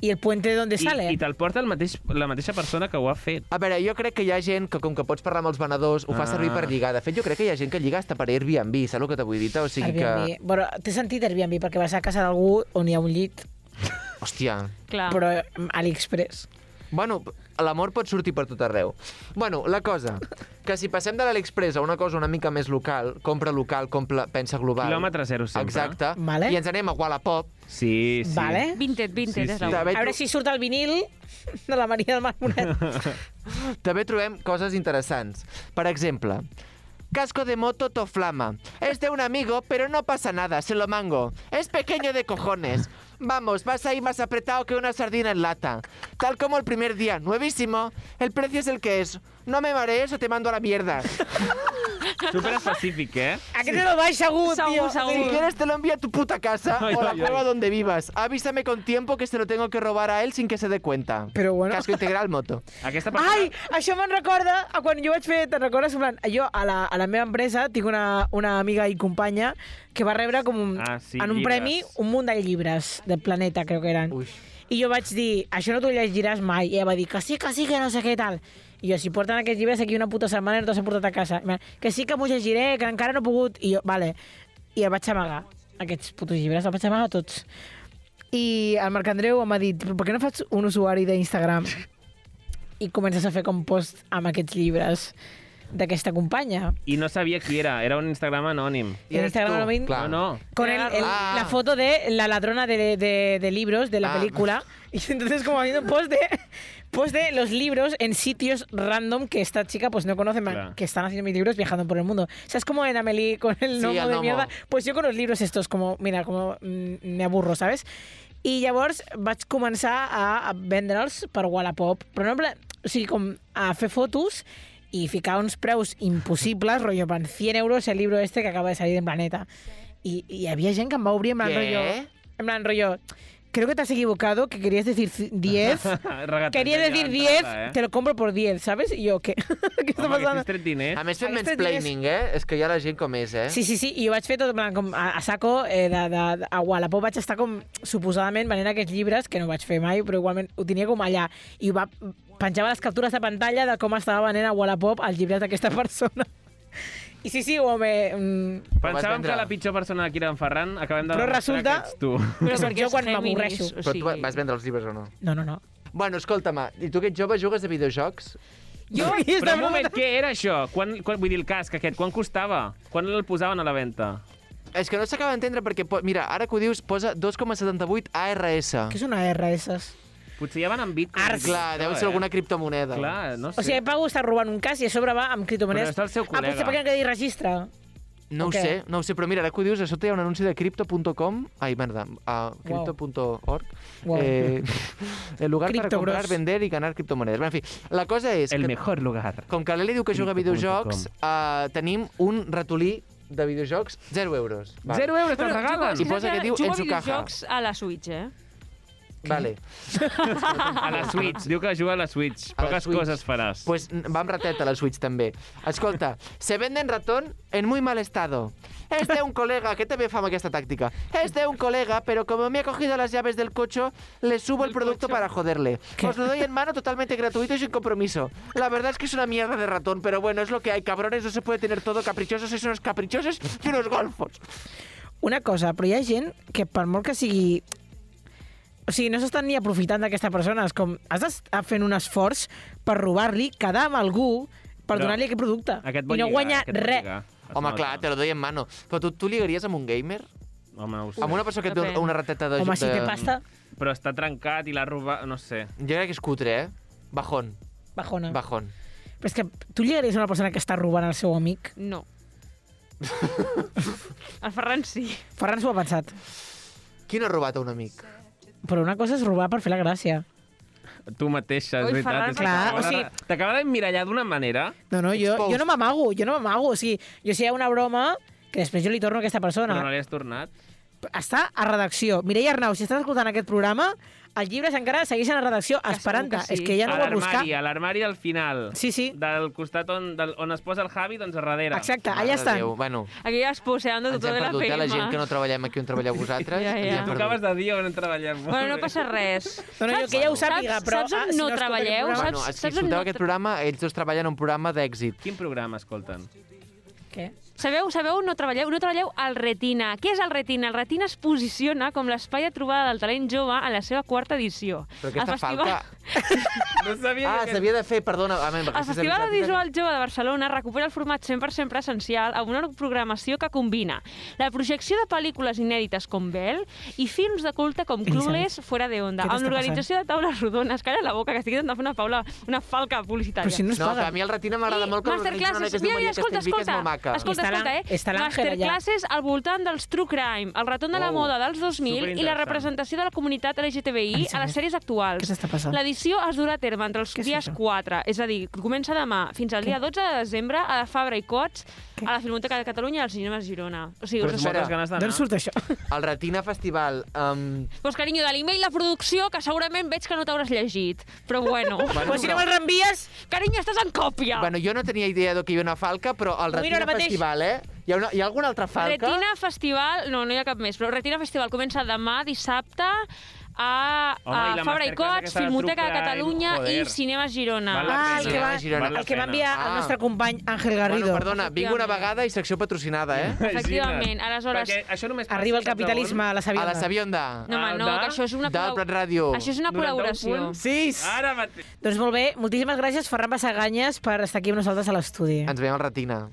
¿Y el puente de dónde sale?
I, i te'l porta el mateix, la mateixa persona que ho ha fet.
A veure, jo crec que hi ha gent que, com que pots parlar amb els venedors, ho fa
Ah.
servir per lligar. De fet, jo crec que hi ha gent que lliga hasta per Airbnb, saps el que t'ho vull dir? O sigui
Airbnb. Bueno, t'he sentit Airbnb perquè vas a casa d'algú on hi ha un llit,
que... Hòstia,
Clar.
però mm, AliExpress.
Bueno, l'amor pot sortir per tot arreu. Bueno, la cosa, que si passem de l'Aliexpress a una cosa una mica més local, compra local, compra, pensa global...
Quilòmetre zero sempre.
Exacte.
Vale.
I ens anem a Wallapop.
Sí, sí.
Vale.
Vinted, vinted.
Sí,
és
sí.
la-
També
A veure
tro-
si surt el vinil de la Maria del Mar Moret.
També trobem coses interessants. Per exemple, Casco de moto toflama. Es de un amigo, pero no pasa nada, se lo mango. Es pequeño de cojones. Vamos, vas ahí más apretado que una sardina en lata. Tal como el primer día, nuevísimo. El precio es el que es. No me marees o te mando a la mierda.
Super específic, eh?
Aquest sí. no el baix segur, tio.
Segur, segur.
Si quieres te lo envío a tu puta casa
Ay,
o la
ay,
cueva
ay.
donde vivas. Avísame con tiempo que se lo tengo que robar a él sin que se dé cuenta.
Pero bueno.
Casco integral moto.
Aquesta persona...
Ai, això me'n recorda a quan jo vaig fer, te'n recordes? En plan, jo a la, a la meva empresa tinc una, una amiga i companya que va rebre com un,
Ah, sí,
en un
llibres.
premi un munt de llibres del planeta, crec que eren.
Uix.
I jo vaig dir, això no t'ho llegiràs mai. I ella va dir, que sí, que sí, que no sé què i tal. I jo, si porten aquests llibres aquí una puta setmana i no t'has portat a casa. I em va dir, Que sí que m'ho llegiré, que encara no he pogut. I jo, vale. I el vaig amagar, aquests putos llibres, els vaig amagar tots. I el Marc Andreu em va dir, "Però per què no fas un usuari d'Instagram? I comences a fer com post amb aquests llibres d'aquesta companya.
I no sabia qui era, era un Instagram anònim.
I
en
eres
Instagram
tu,
lo mismo.
clar.
No, no.
Con el- el-
Ah.
la foto de la ladrona de, de- de libros de la
Ah.
película. Y entonces como haciendo post de, post de los libros en sitios random que esta chica pues no conoce, man,
Claro.
que están haciendo mis libros viajando por el mundo. O sea, es como en Amelie con el
Sí,
gnomo
el
de
gnomo.
mierda. Pues jo con els llibres estos, como, mira, como mm, me aburro, ¿sabes? I llavors vaig començar a, a vendre'ls per Wallapop, però no en plan, o sigui, com a fer fotos i ficar uns preus impossibles, rotllo, en plan, 100 euros el libro este que acaba de salir en Planeta. I, i hi havia gent que em va obrir en plan,
Què?
rotllo, en plan, rotllo, creo que te has equivocado, que querías decir 10,
Regateja
querías
ja,
decir
entrada,
10,
eh?
te lo compro por 10, ¿sabes? I jo, què? què està
Home, que
passant?
t'has tret diners.
A més, fem
Aquestes
mansplaining, eh? És que hi ha la gent com és, eh?
este Sí, sí, sí, i ho vaig fer tot en plan, com a, a saco, eh, de, de, de, a Wallapop vaig estar com suposadament venent aquests llibres, que no ho vaig fer mai, però igualment ho tenia com allà, i ho va, penjava les captures de pantalla de com estava venent a Wallapop els llibres d'aquesta persona. I sí, sí, ho me... mm,
vas
Pensàvem
vendre?
que la pitjor persona d'aquí era en Ferran, acabem de
Però
demostrar
resulta-
que ets tu.
Que sóc
perquè
jo
és
quan
Géminis,
m'avorreixo.
o
Però tu
sigui-
vas vendre els llibres o no?
No, no, no.
Bueno, escolta'm, i tu que ets jove jugues a videojocs?
Jo,
Però un moment, què era això? Quan, quan, vull dir, el casc aquest, quan costava? Quan el posaven a la venda?
És que no s'acaba d'entendre perquè, po- mira, ara que ho dius, posa 2,78 ARS.
Què és una R, aquestes?
Potser ja van amb bitcoin.
Ars.
Clar, deu ser alguna Oh, criptomoneda.
eh? Clar, no sé.
O sigui, Pau està robant un cas i a sobre va amb criptomonedes.
Però és el seu
Ah, potser
col·lega.
perquè no quedi registre.
No
o
ho
què?
sé, no ho sé, però mira, ara que ho dius, a sota hi ha un anunci de crypto.com, ai, merda, a crypto.org,
Wow.
eh, el lugar para
Crypto
comprar,
Bros.
vender y ganar criptomonedas. Bueno, en fi, la cosa és...
el
que-
mejor lugar.
Com que l'Eli diu que juga a
Crypto.com.
videojocs, eh, tenim un ratolí de videojocs, 0 euros. Val.
Zero euros te'n
Però
regalen.
I posa que diu
jugo
en su
a
caja.
videojocs a la Switch, eh?
Vale.
A la Switch. Diu que juga a la Switch.
A la
Poques
Switch.
coses faràs.
Pues n- va amb rateta la Switch també. Escolta, se venden ratón en muy mal estado. Es de un colega, que també fam aquesta tàctica. Es de un colega, pero como me ha cogido las llaves del cocho, le subo el producto para joderle. Os lo doy en mano totalmente gratuito y sin compromiso. La verdad es que es una mierda de ratón, pero bueno, es lo que hay, cabrones. No se puede tener todo caprichosos, sois unos caprichosos y unos golfos.
Una cosa, però hi ha gent que per molt que sigui... O sigui, no s'estan ni aprofitant d'aquesta persona. És com, has d'estar fent un esforç per robar-li, quedar amb algú per
Però
donar-li aquest producte.
Aquest vol
I no
lligar,
guanya
aquest vol
res.
lligar. Es
Home,
nota.
clar, te lo doy en mano. Però tu, tu ligaries amb un gamer?
Home, ho sé.
Amb una persona que et
Depèn.
dona una rateta de...
Home, si té
de-
pasta,
Però està trencat i l'ha robat... No sé.
Jo crec que és cutre, eh? Bajón,
bajona.
bajón.
Però és que tu lligaries a una persona que està robant al seu amic?
No. el Ferran sí.
Ferran s'ho ha pensat.
Qui no ha robat a un amic?
Però una cosa és robar per fer la gràcia.
Tu mateixa, és
Ui,
veritat.
Ferran,
és que
clar,
t'acaba
o
de-
sigui-
T'acaba d'emmirallar d'una manera...
No, no, jo,
Exposed.
jo no m'amago, jo no m'amago. O sigui, jo si hi ha una broma, que després jo li torno a aquesta persona.
Però no l'has tornat.
Està a redacció. Mireia Arnau, si estàs escoltant aquest programa, els llibres encara segueixen a redacció
segur
esperant-te.
que sí.
És que ja no
a
ho va buscar.
l'armari, a l'armari al final.
Sí, sí.
Del costat on, del, on es posa el Javi, doncs a darrere.
Exacte,
Mare
allà estan.
Déu. Bueno,
Aquí ja es poseando
ens
tot
hem
de tota la
perdut, eh?
feina.
La gent que no treballem aquí on treballeu vosaltres.
Ja,
ens
ja.
hem
Tu
perdut.
acabes de dir on treballem.
Bueno, no passa res.
No, no, jo que ja ho sàpiga,
saps,
però,
Saps on
ah, si no escolta
no,
aquest
treballeu?
programa-
Saps,
Bueno, els que
saps on
escolteu
no...
aquest programa, ells dos treballen en un programa d'èxit.
Quin programa escolten?
Què?
Sabeu, sabeu, no treballeu, no treballeu el Retina. Què és el Retina? El Retina es posiciona com l'espai de trobada del talent jove en la seva quarta edició.
Però aquesta
el festival...
falta...
No sabia
Ah,
que...
s'havia de fer, perdona. A mi,
El Festival Audiovisual Jove de Barcelona recupera el format 100% presencial amb una programació que combina la projecció de pel·lícules inèdites com Bell i films de culte com
Elisabet,
Clueless Fora de Onda,
què t'està
amb l'organització de taules rodones. Calla la boca, que estic intentant fer una, paula, una falca publicitària.
Però si no es
No, que
paga.
a mi el retina m'agrada molt com l'organitza una nena que es diu
mira, mira,
Maria
escolta,
Castellví, que és
escolta,
molt maca.
escolta,
Està l'An-
escolta, eh?
està l'Àngel allà.
Masterclasses al voltant dels true crime, el retorn de la
Oh,
moda dels 2000 i la
superinteressant.
representació de la comunitat LGTBI a les sèries actuals.
eh? Què s'està passant?
L'edició es durà a terme entre els
Què és
dies
això?
4, és a dir, comença demà fins al dia 12 de desembre a la Fabra i Cots, a la Filmoteca de Catalunya i al Cinema Girona. O sigui,
Però
us
és molt-
espero.
Moltes ganes d'anar.
D'on surt això?
El retina festival... Um...
Doncs, carinyo, de l'email la producció, que segurament veig que no t'hauràs llegit. Però bueno.
Bueno,
Pues si no me'l reenvies...
carinyo, estàs en còpia!
Bueno, jo no tenia idea de que hi havia una falca, però el
Ho miro
Retina
ara mateix.
Festival, eh? Hi ha, una, hi ha alguna altra falca?
Retina Festival, no, no hi ha cap més, però Retina Festival comença demà dissabte a,
Home,
a
i la
Fabra i
masterclass
Cots,
aquesta de
Filmoteca de
True Crime,
Catalunya i
joder.
Cinema Girona.
Val la
Ah,
pena.
el que
Girona,
va,
Girona.
el que va enviar el
Ah.
nostre company Ángel Garrido.
Bueno, perdona, vinc una
Efectivament.
vegada i secció patrocinada, eh?
Efectivament, aleshores-
Perquè això només
Arriba el
passa, saps
capitalisme a la
A
sabionda.
la Sabionda.
No, home, no,
Ah, de-
que això és una,
del
col·labo-
Prat Ràdio.
això és una
91
col·laboració.
punts.
Sis!
on? Ara mateix.
Doncs molt bé, moltíssimes gràcies Ferran Bassaganyes per estar aquí amb nosaltres a l'estudi.
Ens veiem al Retina.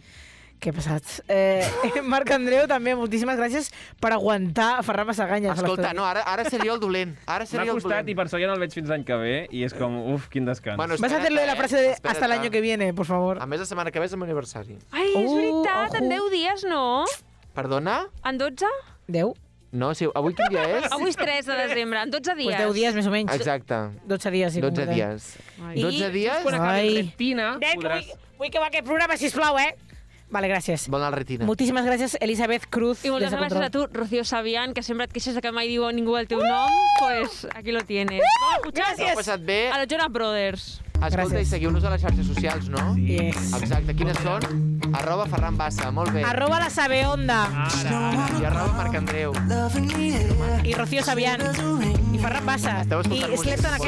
Que passats. Eh, Marc Andreu, també moltíssimes gràcies per aguantar Ferran Bassaganyes a
Escolta,
l'estudi.
no, ara, ara seria el dolent. Ara
M'ha
seria el
costat i
dolent.
per això ja no el veig fins l'any que ve i és com, uf, quin descans.
Bueno,
Vas a hacerlo
eh?
de la frase de hasta el año que viene, por favor.
A més, la setmana que ve és el meu aniversari.
Ai, és
Uh,
veritat, en
ojo.
10 dies, no?
Perdona?
En 12?
Deu?
No, sí, avui quin dia és?
Avui és 3 de desembre, en 12 dies.
Pues deu dies, més o menys.
Exacte.
12 dies, sí.
12
concretament.
dies.
Ai.
12 dies?
Quan acabi
Ai.
el Retina,
Dec,
podràs...
vull, vull que va aquest programa, sisplau, eh? Vale, gràcies.
Vol anar al Retina.
Moltíssimes gràcies, Elisabet Cruz.
I moltes
des de
gràcies
Control.
a tu, Rocío Sabian, que sempre et queixes de que mai diu ningú el teu nom, pues aquí lo tienes.
Uh!
Ho heu
Gràcies.
passat bé?
A los Jonas Brothers.
Escolta,
Gràcies.
i seguiu-nos a les xarxes socials, no? Sí.
Yes.
Exacte, quines són? Arroba Ferran Bassa, molt bé.
Arroba la Sabeonda
I arroba Marc Andreu.
i Rocío Sabian i Ferran Bassa
Esteu
i
escoltant música.
Slepton a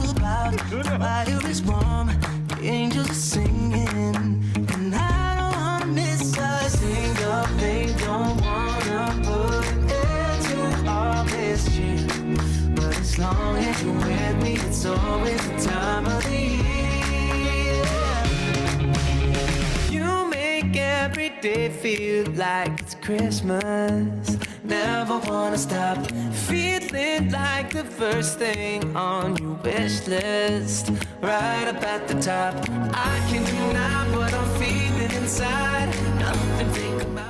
Cloud.
You make every day feel like it's Christmas. Never wanna stop feeling like the first thing on your wish list. Right up at the top. I can do not what I'm feeling inside. Nothing to think about.